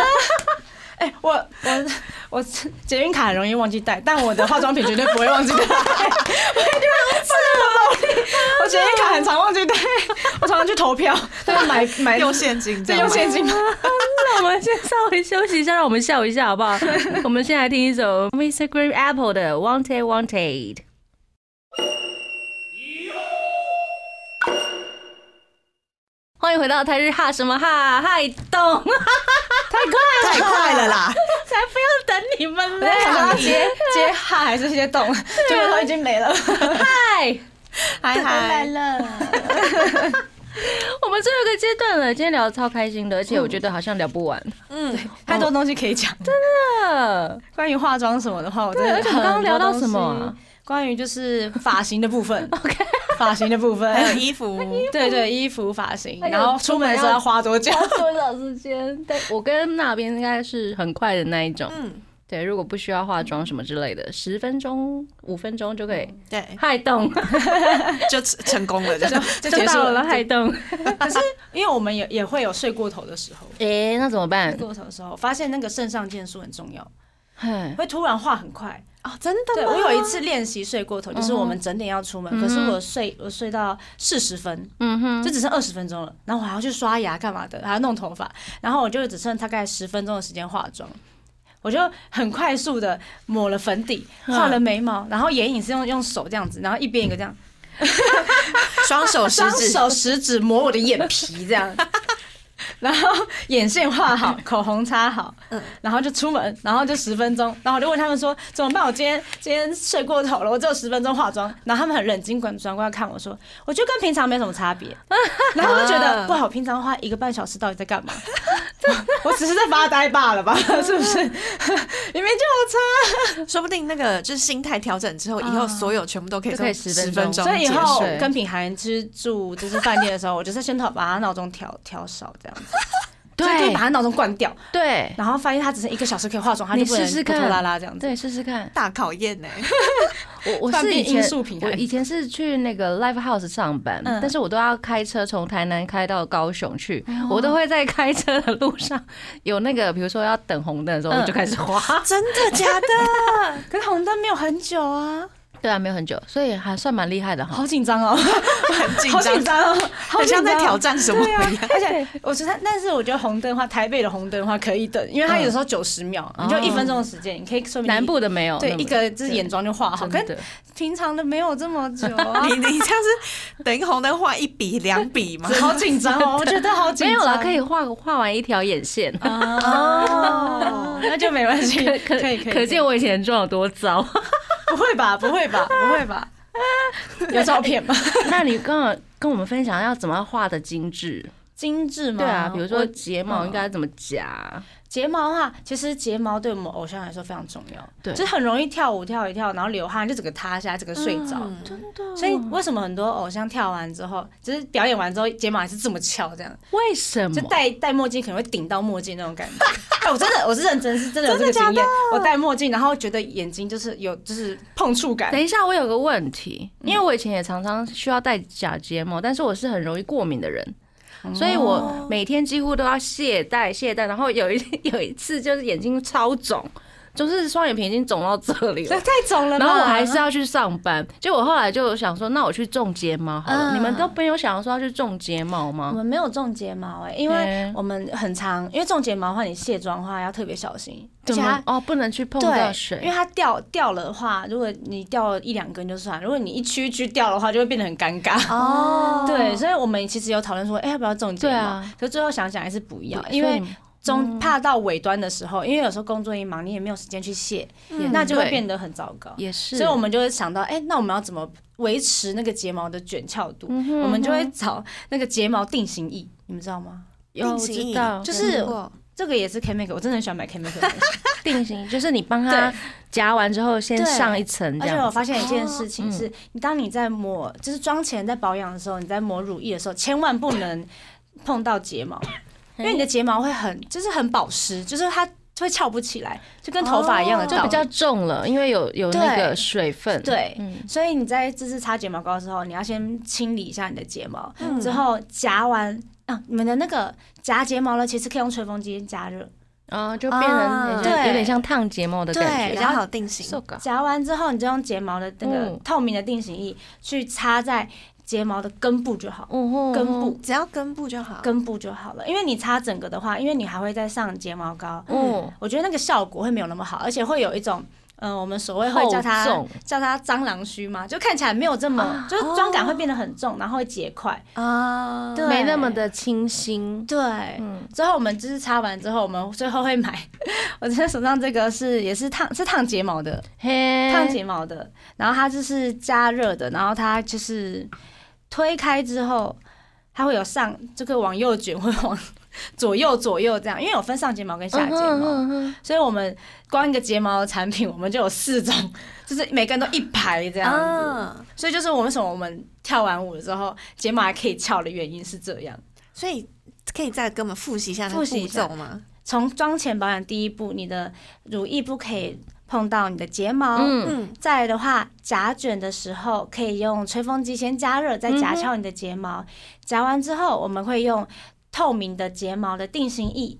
[SPEAKER 3] 哎、我我我捷运卡很容易忘记带，但我的化妆品绝对不会忘记带，我一定会自我暴力。我捷运卡很常忘记带，我常常去投票，但是买买
[SPEAKER 4] 用现金这
[SPEAKER 3] 对
[SPEAKER 4] 样
[SPEAKER 3] 用
[SPEAKER 4] 吗，
[SPEAKER 3] 现金吗？
[SPEAKER 2] 那我们先稍微休息一下，让我们笑一下好不 好？我们先来听一首 Mr. Green Apple 的 Wanted Wanted。欢迎回到台日哈什么哈嗨懂，
[SPEAKER 4] 太快了啦！
[SPEAKER 2] 才不要等你们
[SPEAKER 3] 我在想说要啊
[SPEAKER 2] 嘞！
[SPEAKER 3] 接接哈还是接动，结果都已经没了。
[SPEAKER 2] 嗨，
[SPEAKER 4] 嗨嗨，
[SPEAKER 3] 乐，
[SPEAKER 2] 我们最后一个阶段了，今天聊得超开心的，而且我觉得好像聊不完。
[SPEAKER 4] 嗯，
[SPEAKER 3] 太多东西可以讲。
[SPEAKER 2] 呃
[SPEAKER 3] 关于化妆什么的话，我真
[SPEAKER 2] 对，
[SPEAKER 3] 的
[SPEAKER 2] 而且我们
[SPEAKER 3] 很
[SPEAKER 2] 刚刚聊
[SPEAKER 3] 多
[SPEAKER 2] 到
[SPEAKER 3] 东
[SPEAKER 2] 什么
[SPEAKER 3] 西
[SPEAKER 2] 啊？
[SPEAKER 3] 关于就是发型的部 分，OK，发型的部
[SPEAKER 4] 还有
[SPEAKER 3] 分，
[SPEAKER 4] 衣服，
[SPEAKER 3] 对对，衣服、发型，
[SPEAKER 2] 还有
[SPEAKER 3] 然后出门的时候要花多久？
[SPEAKER 2] 花多少时间？但我跟那边应该是很快的那一种。
[SPEAKER 4] 嗯，
[SPEAKER 2] 对，如果不需要化妆什么之类的，十分钟、五分钟就可以
[SPEAKER 3] 嗯
[SPEAKER 4] 对，
[SPEAKER 2] 嗨动，
[SPEAKER 4] 就成成功了，这样。
[SPEAKER 3] 就
[SPEAKER 2] 就
[SPEAKER 3] 结束
[SPEAKER 2] 到了嗨动。
[SPEAKER 3] 可是因为我们也也会有睡过头的时候，
[SPEAKER 2] 诶，那怎么办
[SPEAKER 3] 睡？过头的时候，发现那个肾上腺素很重要，
[SPEAKER 2] 嗨，
[SPEAKER 3] 会突然画很快。
[SPEAKER 4] 哦，真的
[SPEAKER 3] 对
[SPEAKER 4] 吗？
[SPEAKER 3] 我 有一次练习睡过头，就是我们整点要出门，可是我睡我睡到四十分，
[SPEAKER 2] 嗯哼，
[SPEAKER 3] 就只剩二十分钟了，然后我还要去刷牙干嘛的，还要弄头发，然后我就只剩大概十分钟的时间化妆。我就很快速的抹了粉底，
[SPEAKER 2] 嗯
[SPEAKER 3] 画了眉毛，然后眼影是用用手这样子，然后一边一个这样，
[SPEAKER 4] 双手食
[SPEAKER 3] 双
[SPEAKER 4] 指，
[SPEAKER 3] 手食指抹我的眼皮这 样，然后眼线画
[SPEAKER 4] 嗯
[SPEAKER 3] 好，口红擦好，然后就出门，然后就十分钟，然后我就问他们说怎么办？我今天今天睡过头了，我只有十分钟化妆，然后他们很冷静转转过来看我说，我觉得跟平常没什么差 别，然后我就觉得
[SPEAKER 4] 啊
[SPEAKER 3] 不好，平常花一个半小时到底在 干嘛？我只是在发呆罢了吧，是不是？ 明明就有差。
[SPEAKER 4] 说不定那个就是心态调整之后，以后所有全部都可以
[SPEAKER 2] 就可以
[SPEAKER 4] 十
[SPEAKER 2] 10
[SPEAKER 4] 分
[SPEAKER 2] 分
[SPEAKER 4] 钟
[SPEAKER 2] 钟
[SPEAKER 3] 所以
[SPEAKER 4] 结束，
[SPEAKER 3] 以后
[SPEAKER 2] 睡
[SPEAKER 3] 跟品涵吃住就是饭店的时候，我就是先把他闹钟调调少这样子，
[SPEAKER 2] 对
[SPEAKER 3] 就是可以把他闹钟关掉，
[SPEAKER 2] 对
[SPEAKER 3] 然后发现他只剩一个小时可以化妆，他就
[SPEAKER 2] 你
[SPEAKER 3] 不能
[SPEAKER 2] 试试
[SPEAKER 3] 拖
[SPEAKER 2] 看
[SPEAKER 3] 拖拉拉这样子。
[SPEAKER 2] 对，试试看。
[SPEAKER 4] 大考验呢、
[SPEAKER 2] 我我
[SPEAKER 3] 饭
[SPEAKER 2] 是
[SPEAKER 3] 店
[SPEAKER 2] 以
[SPEAKER 3] 因
[SPEAKER 2] 前
[SPEAKER 3] 素品
[SPEAKER 2] 我
[SPEAKER 3] 牌
[SPEAKER 2] 以前是去那个 live house 上班，
[SPEAKER 3] 嗯哎
[SPEAKER 2] 但是我都要开车从台南开到高雄去，我都会在开车的路上有那个，比如说要等红灯的时候，
[SPEAKER 3] 嗯
[SPEAKER 2] 我就开始滑。
[SPEAKER 4] 真的假的？
[SPEAKER 3] 可是红灯没有很久啊，
[SPEAKER 2] 对啊，没有很久，所以还算蛮厉害的哈。
[SPEAKER 3] 好紧张哦，
[SPEAKER 4] 很紧
[SPEAKER 3] 好
[SPEAKER 4] 张啊
[SPEAKER 3] 紧，张哦，好
[SPEAKER 4] 很
[SPEAKER 3] 紧
[SPEAKER 4] 像
[SPEAKER 3] 张
[SPEAKER 4] 在挑
[SPEAKER 3] 哦。
[SPEAKER 4] 战什么
[SPEAKER 3] 对
[SPEAKER 4] 一
[SPEAKER 3] 啊
[SPEAKER 4] 样。，
[SPEAKER 3] 而且我觉得，但是我觉得红灯的话，台北的红灯的话可以等，因为它有时候九十秒，你就一分钟的时间，你可以说明
[SPEAKER 2] 嗯南部的没有，
[SPEAKER 3] 对
[SPEAKER 2] 那么
[SPEAKER 3] 一个就是眼妆就画好，
[SPEAKER 2] 真
[SPEAKER 3] 跟
[SPEAKER 2] 的
[SPEAKER 3] 平常的没有这么久啊
[SPEAKER 4] 你，你这样是等于红灯画一笔两笔吗？
[SPEAKER 3] 好紧张哦，我觉得好紧
[SPEAKER 2] 没
[SPEAKER 3] 张。
[SPEAKER 2] 有啦，可以画画完一条眼线。
[SPEAKER 3] 哦，那就没关系，
[SPEAKER 2] 可
[SPEAKER 3] 可以可以，
[SPEAKER 2] 可见我以前妆有多糟。
[SPEAKER 3] 不会吧？不会吧？不会吧？有照片吗？
[SPEAKER 2] 那你跟我跟我们分享要怎么画的精致？
[SPEAKER 3] 精致吗？
[SPEAKER 2] 对啊，比如说
[SPEAKER 3] 我
[SPEAKER 2] 睫毛应该怎么夹？
[SPEAKER 3] 睫毛的话，其实睫毛对我们偶像来说非常重要，
[SPEAKER 2] 对
[SPEAKER 3] 就是很容易跳舞跳一跳，然后流汗就整个塌下来，整个睡着。
[SPEAKER 2] 嗯
[SPEAKER 4] 真的
[SPEAKER 3] 所以为什么很多偶像跳完之后，就是表演完之后睫毛还是这么翘，这样
[SPEAKER 2] 为什么
[SPEAKER 3] 就？戴戴墨镜可能会顶到墨镜那种感 觉。哎，我真的我是认真，是真的有这个经验。我戴墨镜，然后觉得眼睛就是有就是碰触感
[SPEAKER 2] 等，一下，我有个问题，
[SPEAKER 3] 嗯
[SPEAKER 2] 因为我以前也常常需要戴假睫毛，但是我是很容易过敏的人，
[SPEAKER 3] 哦
[SPEAKER 2] 所以我每天几乎都要懈怠懈怠，然后有一 有一次就是眼睛超肿，就是双眼皮已经肿到这 里了。
[SPEAKER 3] 太肿了吧。
[SPEAKER 2] 然后我还是要去上班，结果后来就想说，那我去种睫毛好了。
[SPEAKER 3] 嗯
[SPEAKER 2] 你们都没有想要说要去种睫毛
[SPEAKER 3] 我
[SPEAKER 2] 吗？
[SPEAKER 3] 们没有种睫毛哎、因为
[SPEAKER 2] 嗯
[SPEAKER 3] 我们很常，因为种睫毛的话，你卸妆的话要特别小心，而
[SPEAKER 2] 怎
[SPEAKER 3] 且
[SPEAKER 2] 么
[SPEAKER 3] 它？
[SPEAKER 2] 哦，不能去碰到
[SPEAKER 3] 对，因为
[SPEAKER 2] 水。
[SPEAKER 3] 它掉掉了的话，如果你掉了一两根就算，如果你一区一区掉的话，就会变得很尴尬。
[SPEAKER 4] 哦，
[SPEAKER 3] 对，所以我们其实有讨论说，哎、要不要种睫毛？
[SPEAKER 2] 对啊
[SPEAKER 3] 可最后想想还是不要，
[SPEAKER 2] 对
[SPEAKER 3] 因
[SPEAKER 2] 所以嗯
[SPEAKER 3] 为
[SPEAKER 2] 你们
[SPEAKER 3] 中怕到尾端的时候，因为有时候工作一忙，你也没有时间去卸，
[SPEAKER 2] 也
[SPEAKER 3] 那就会
[SPEAKER 2] 嗯对
[SPEAKER 3] 变得很糟糕。
[SPEAKER 2] 也是，
[SPEAKER 3] 所以我们就会想到，哎、那我们要怎么维持那个睫毛的卷翘度？
[SPEAKER 2] 嗯
[SPEAKER 3] 我们就会找那个睫毛定型液，你们知道吗？
[SPEAKER 2] 有我
[SPEAKER 4] 定型
[SPEAKER 2] 知
[SPEAKER 4] 仪
[SPEAKER 2] 道，
[SPEAKER 3] 就
[SPEAKER 4] 就是是
[SPEAKER 3] 这个也是 K Make，我真的很喜欢买 K Make 的东西。
[SPEAKER 2] 定型， 就是你帮它夹完之后，先
[SPEAKER 3] 对
[SPEAKER 2] 上一层这
[SPEAKER 3] 而且
[SPEAKER 2] 样
[SPEAKER 3] 我
[SPEAKER 2] 子。哦嗯
[SPEAKER 3] 发现一件事情是，你当你在抹，就是妆前在保养的时候，你在抹乳液的时候，千万不能碰到睫毛，因为你的睫毛会很，就是很保湿，就是它会翘不起来，就跟头发一样的
[SPEAKER 2] 哦就
[SPEAKER 3] 道
[SPEAKER 2] 比
[SPEAKER 3] 理
[SPEAKER 2] 较。重了，因为有有
[SPEAKER 3] 对
[SPEAKER 2] 那个水分。
[SPEAKER 3] 对
[SPEAKER 2] 嗯，
[SPEAKER 3] 所以你在这次擦睫毛膏的时候，你要先清理一下你的睫毛，
[SPEAKER 2] 嗯
[SPEAKER 3] 之后夹完啊，你们的那个夹睫毛了，其实可以用吹风机加热，
[SPEAKER 2] 啊，就变成有点
[SPEAKER 3] 对
[SPEAKER 2] 有点像烫睫毛的感
[SPEAKER 3] 对
[SPEAKER 2] 觉。
[SPEAKER 4] 比较好定型。
[SPEAKER 2] So good
[SPEAKER 3] 夹完之后，你就用睫毛的那个
[SPEAKER 2] 嗯
[SPEAKER 3] 透明的定型液去擦在睫毛的根部就好，
[SPEAKER 2] 嗯哼
[SPEAKER 3] 根部。
[SPEAKER 4] 只要根部就好。
[SPEAKER 3] 根部就好了，因为你擦整个的话，因为你还会再上睫毛膏，
[SPEAKER 2] 嗯，
[SPEAKER 3] 我觉得那个效果会没有那么好，而且会有一种，嗯、我们所谓会
[SPEAKER 2] 厚
[SPEAKER 3] 叫它
[SPEAKER 2] 重啊
[SPEAKER 3] 叫它蟑螂须嘛，就看起来没有这么，就是妆感会变得很重，然后会结块，
[SPEAKER 4] 啊，
[SPEAKER 3] 对，
[SPEAKER 2] 哦没那么的嗯清新。
[SPEAKER 3] 对。之后我们就是擦完之后，我们最后会买， 我现在手上这个是也是烫是烫睫毛的，
[SPEAKER 2] 嘿，
[SPEAKER 3] 烫睫毛的，然后它就是加热的，然后它就是推开之后，它会有上，就可以往右卷，会往左右左右这样，因为有分上睫毛跟下
[SPEAKER 2] 嗯
[SPEAKER 3] 睫
[SPEAKER 2] 哼
[SPEAKER 3] 毛，
[SPEAKER 2] 嗯哼
[SPEAKER 3] 所以我们光一个睫毛的产品，我们就有四种，就是每个人都一排这样子，
[SPEAKER 4] 啊，
[SPEAKER 3] 所以就是我们为什么我们跳完舞之后睫毛还可以翘的原因是这样。
[SPEAKER 4] 所以可以再给我们复习一下那个
[SPEAKER 3] 复习
[SPEAKER 4] 步
[SPEAKER 3] 一下
[SPEAKER 4] 骤吗？
[SPEAKER 3] 从妆前保养第一步，你的乳液不可以碰到你的睫毛，
[SPEAKER 2] 嗯，
[SPEAKER 4] 嗯，
[SPEAKER 3] 再来的话，夹卷的时候可以用吹风机先加热，再夹翘你的睫毛。夹完之后，我们会用透明的睫毛的定型液，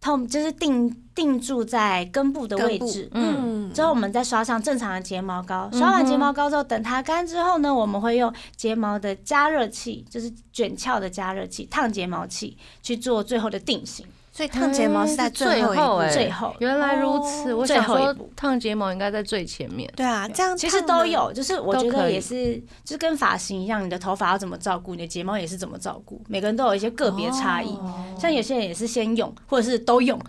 [SPEAKER 3] 透就是定定住在根部嗯的位置。
[SPEAKER 4] 嗯，
[SPEAKER 3] 之后我们再刷上正常的睫毛膏，刷完睫毛膏之后，等它干之后呢，我们会用睫毛的加热器，就是卷翘的加热器、烫睫毛器去做最后的定型。
[SPEAKER 4] 所以烫睫毛是在最后一步。
[SPEAKER 2] 哎
[SPEAKER 3] 最后
[SPEAKER 2] 原来如此，
[SPEAKER 3] 哦
[SPEAKER 2] 我想
[SPEAKER 3] 最后
[SPEAKER 2] 说
[SPEAKER 3] 一步
[SPEAKER 2] 烫睫毛应该在最前面。
[SPEAKER 4] 对啊，这样
[SPEAKER 3] 其实
[SPEAKER 4] 烫
[SPEAKER 3] 都
[SPEAKER 4] 呢。
[SPEAKER 3] 有，就是我觉
[SPEAKER 2] 都可
[SPEAKER 3] 得
[SPEAKER 2] 以
[SPEAKER 3] 也是，就是跟发型一样，你的头发要怎么照顾，你的睫毛也是怎么照顾，每个人都有一些个别差异。
[SPEAKER 2] 哦
[SPEAKER 3] 像有些人也是先用，或者是都用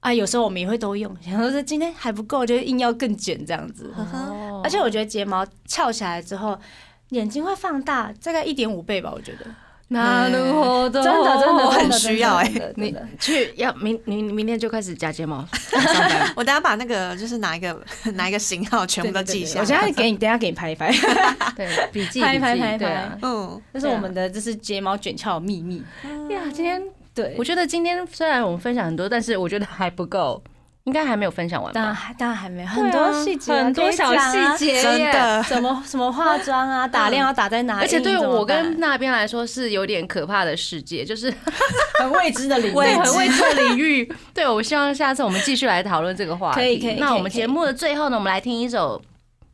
[SPEAKER 3] 啊，有时候我们也会都用， 然后是今天还不够，就硬要更卷这样子。
[SPEAKER 4] 嗯哼
[SPEAKER 2] 哦
[SPEAKER 3] 而且我觉得睫毛翘起来之后，眼睛会放大，大概一点五倍吧，我觉得。
[SPEAKER 2] 那如何的
[SPEAKER 3] 真的真的
[SPEAKER 4] 很
[SPEAKER 3] 真的
[SPEAKER 4] 需要哎
[SPEAKER 3] 真的真
[SPEAKER 2] 你
[SPEAKER 3] 的真的
[SPEAKER 2] 去要明明明天就开始夹睫毛，
[SPEAKER 4] 我等下把那个就是哪一个 哪一个型号全部都记下
[SPEAKER 3] 我
[SPEAKER 4] 来。
[SPEAKER 3] 现在给你，等一下给你拍 一拍，
[SPEAKER 2] 对，笔记
[SPEAKER 3] 拍
[SPEAKER 2] 笔
[SPEAKER 3] 拍
[SPEAKER 2] 记
[SPEAKER 3] 拍
[SPEAKER 2] 对啊
[SPEAKER 4] 嗯，
[SPEAKER 3] 这是我们的就是睫毛卷翘的秘密。
[SPEAKER 2] 哎呀，今天
[SPEAKER 3] 对
[SPEAKER 2] 我，觉得今天虽然我们分享很多，但是我觉得还不够，应该还没有分享完
[SPEAKER 3] 当然
[SPEAKER 2] 吧？
[SPEAKER 3] 还当然还没有
[SPEAKER 2] 对
[SPEAKER 3] 很
[SPEAKER 2] 啊
[SPEAKER 3] 多细节啊、
[SPEAKER 2] 很多
[SPEAKER 3] 可以
[SPEAKER 2] 小
[SPEAKER 3] 讲啊
[SPEAKER 2] 细节耶，
[SPEAKER 4] 真的
[SPEAKER 3] 什么什么化妆啊，打量要打在哪里，
[SPEAKER 2] 嗯而且对
[SPEAKER 3] 怎么
[SPEAKER 2] 我
[SPEAKER 3] 办
[SPEAKER 2] 跟那边来说是有点可怕的世界，就是
[SPEAKER 3] 很未知的领域，
[SPEAKER 2] 对 很未知的领域。对，我希望下次我们继续来讨论这个话题。
[SPEAKER 3] 可以可以
[SPEAKER 2] 那
[SPEAKER 3] 可以
[SPEAKER 2] 我们
[SPEAKER 3] 可以
[SPEAKER 2] 节目的最后呢，我们来听一首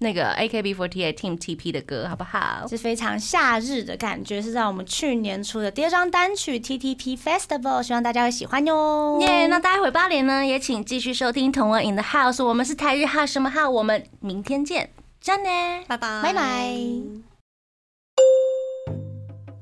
[SPEAKER 2] 那个 AKB48 Team TP 的歌，好不好？
[SPEAKER 3] 是非常夏日的感觉，是在我们去年出的第二张单曲 TTP Festival，希望大家会喜欢哟。
[SPEAKER 2] 耶那待会八点呢，也请继续收听《同文 in the house》，我们是台日哈什么哈，我们明天见，再见。
[SPEAKER 4] 拜拜
[SPEAKER 3] 拜拜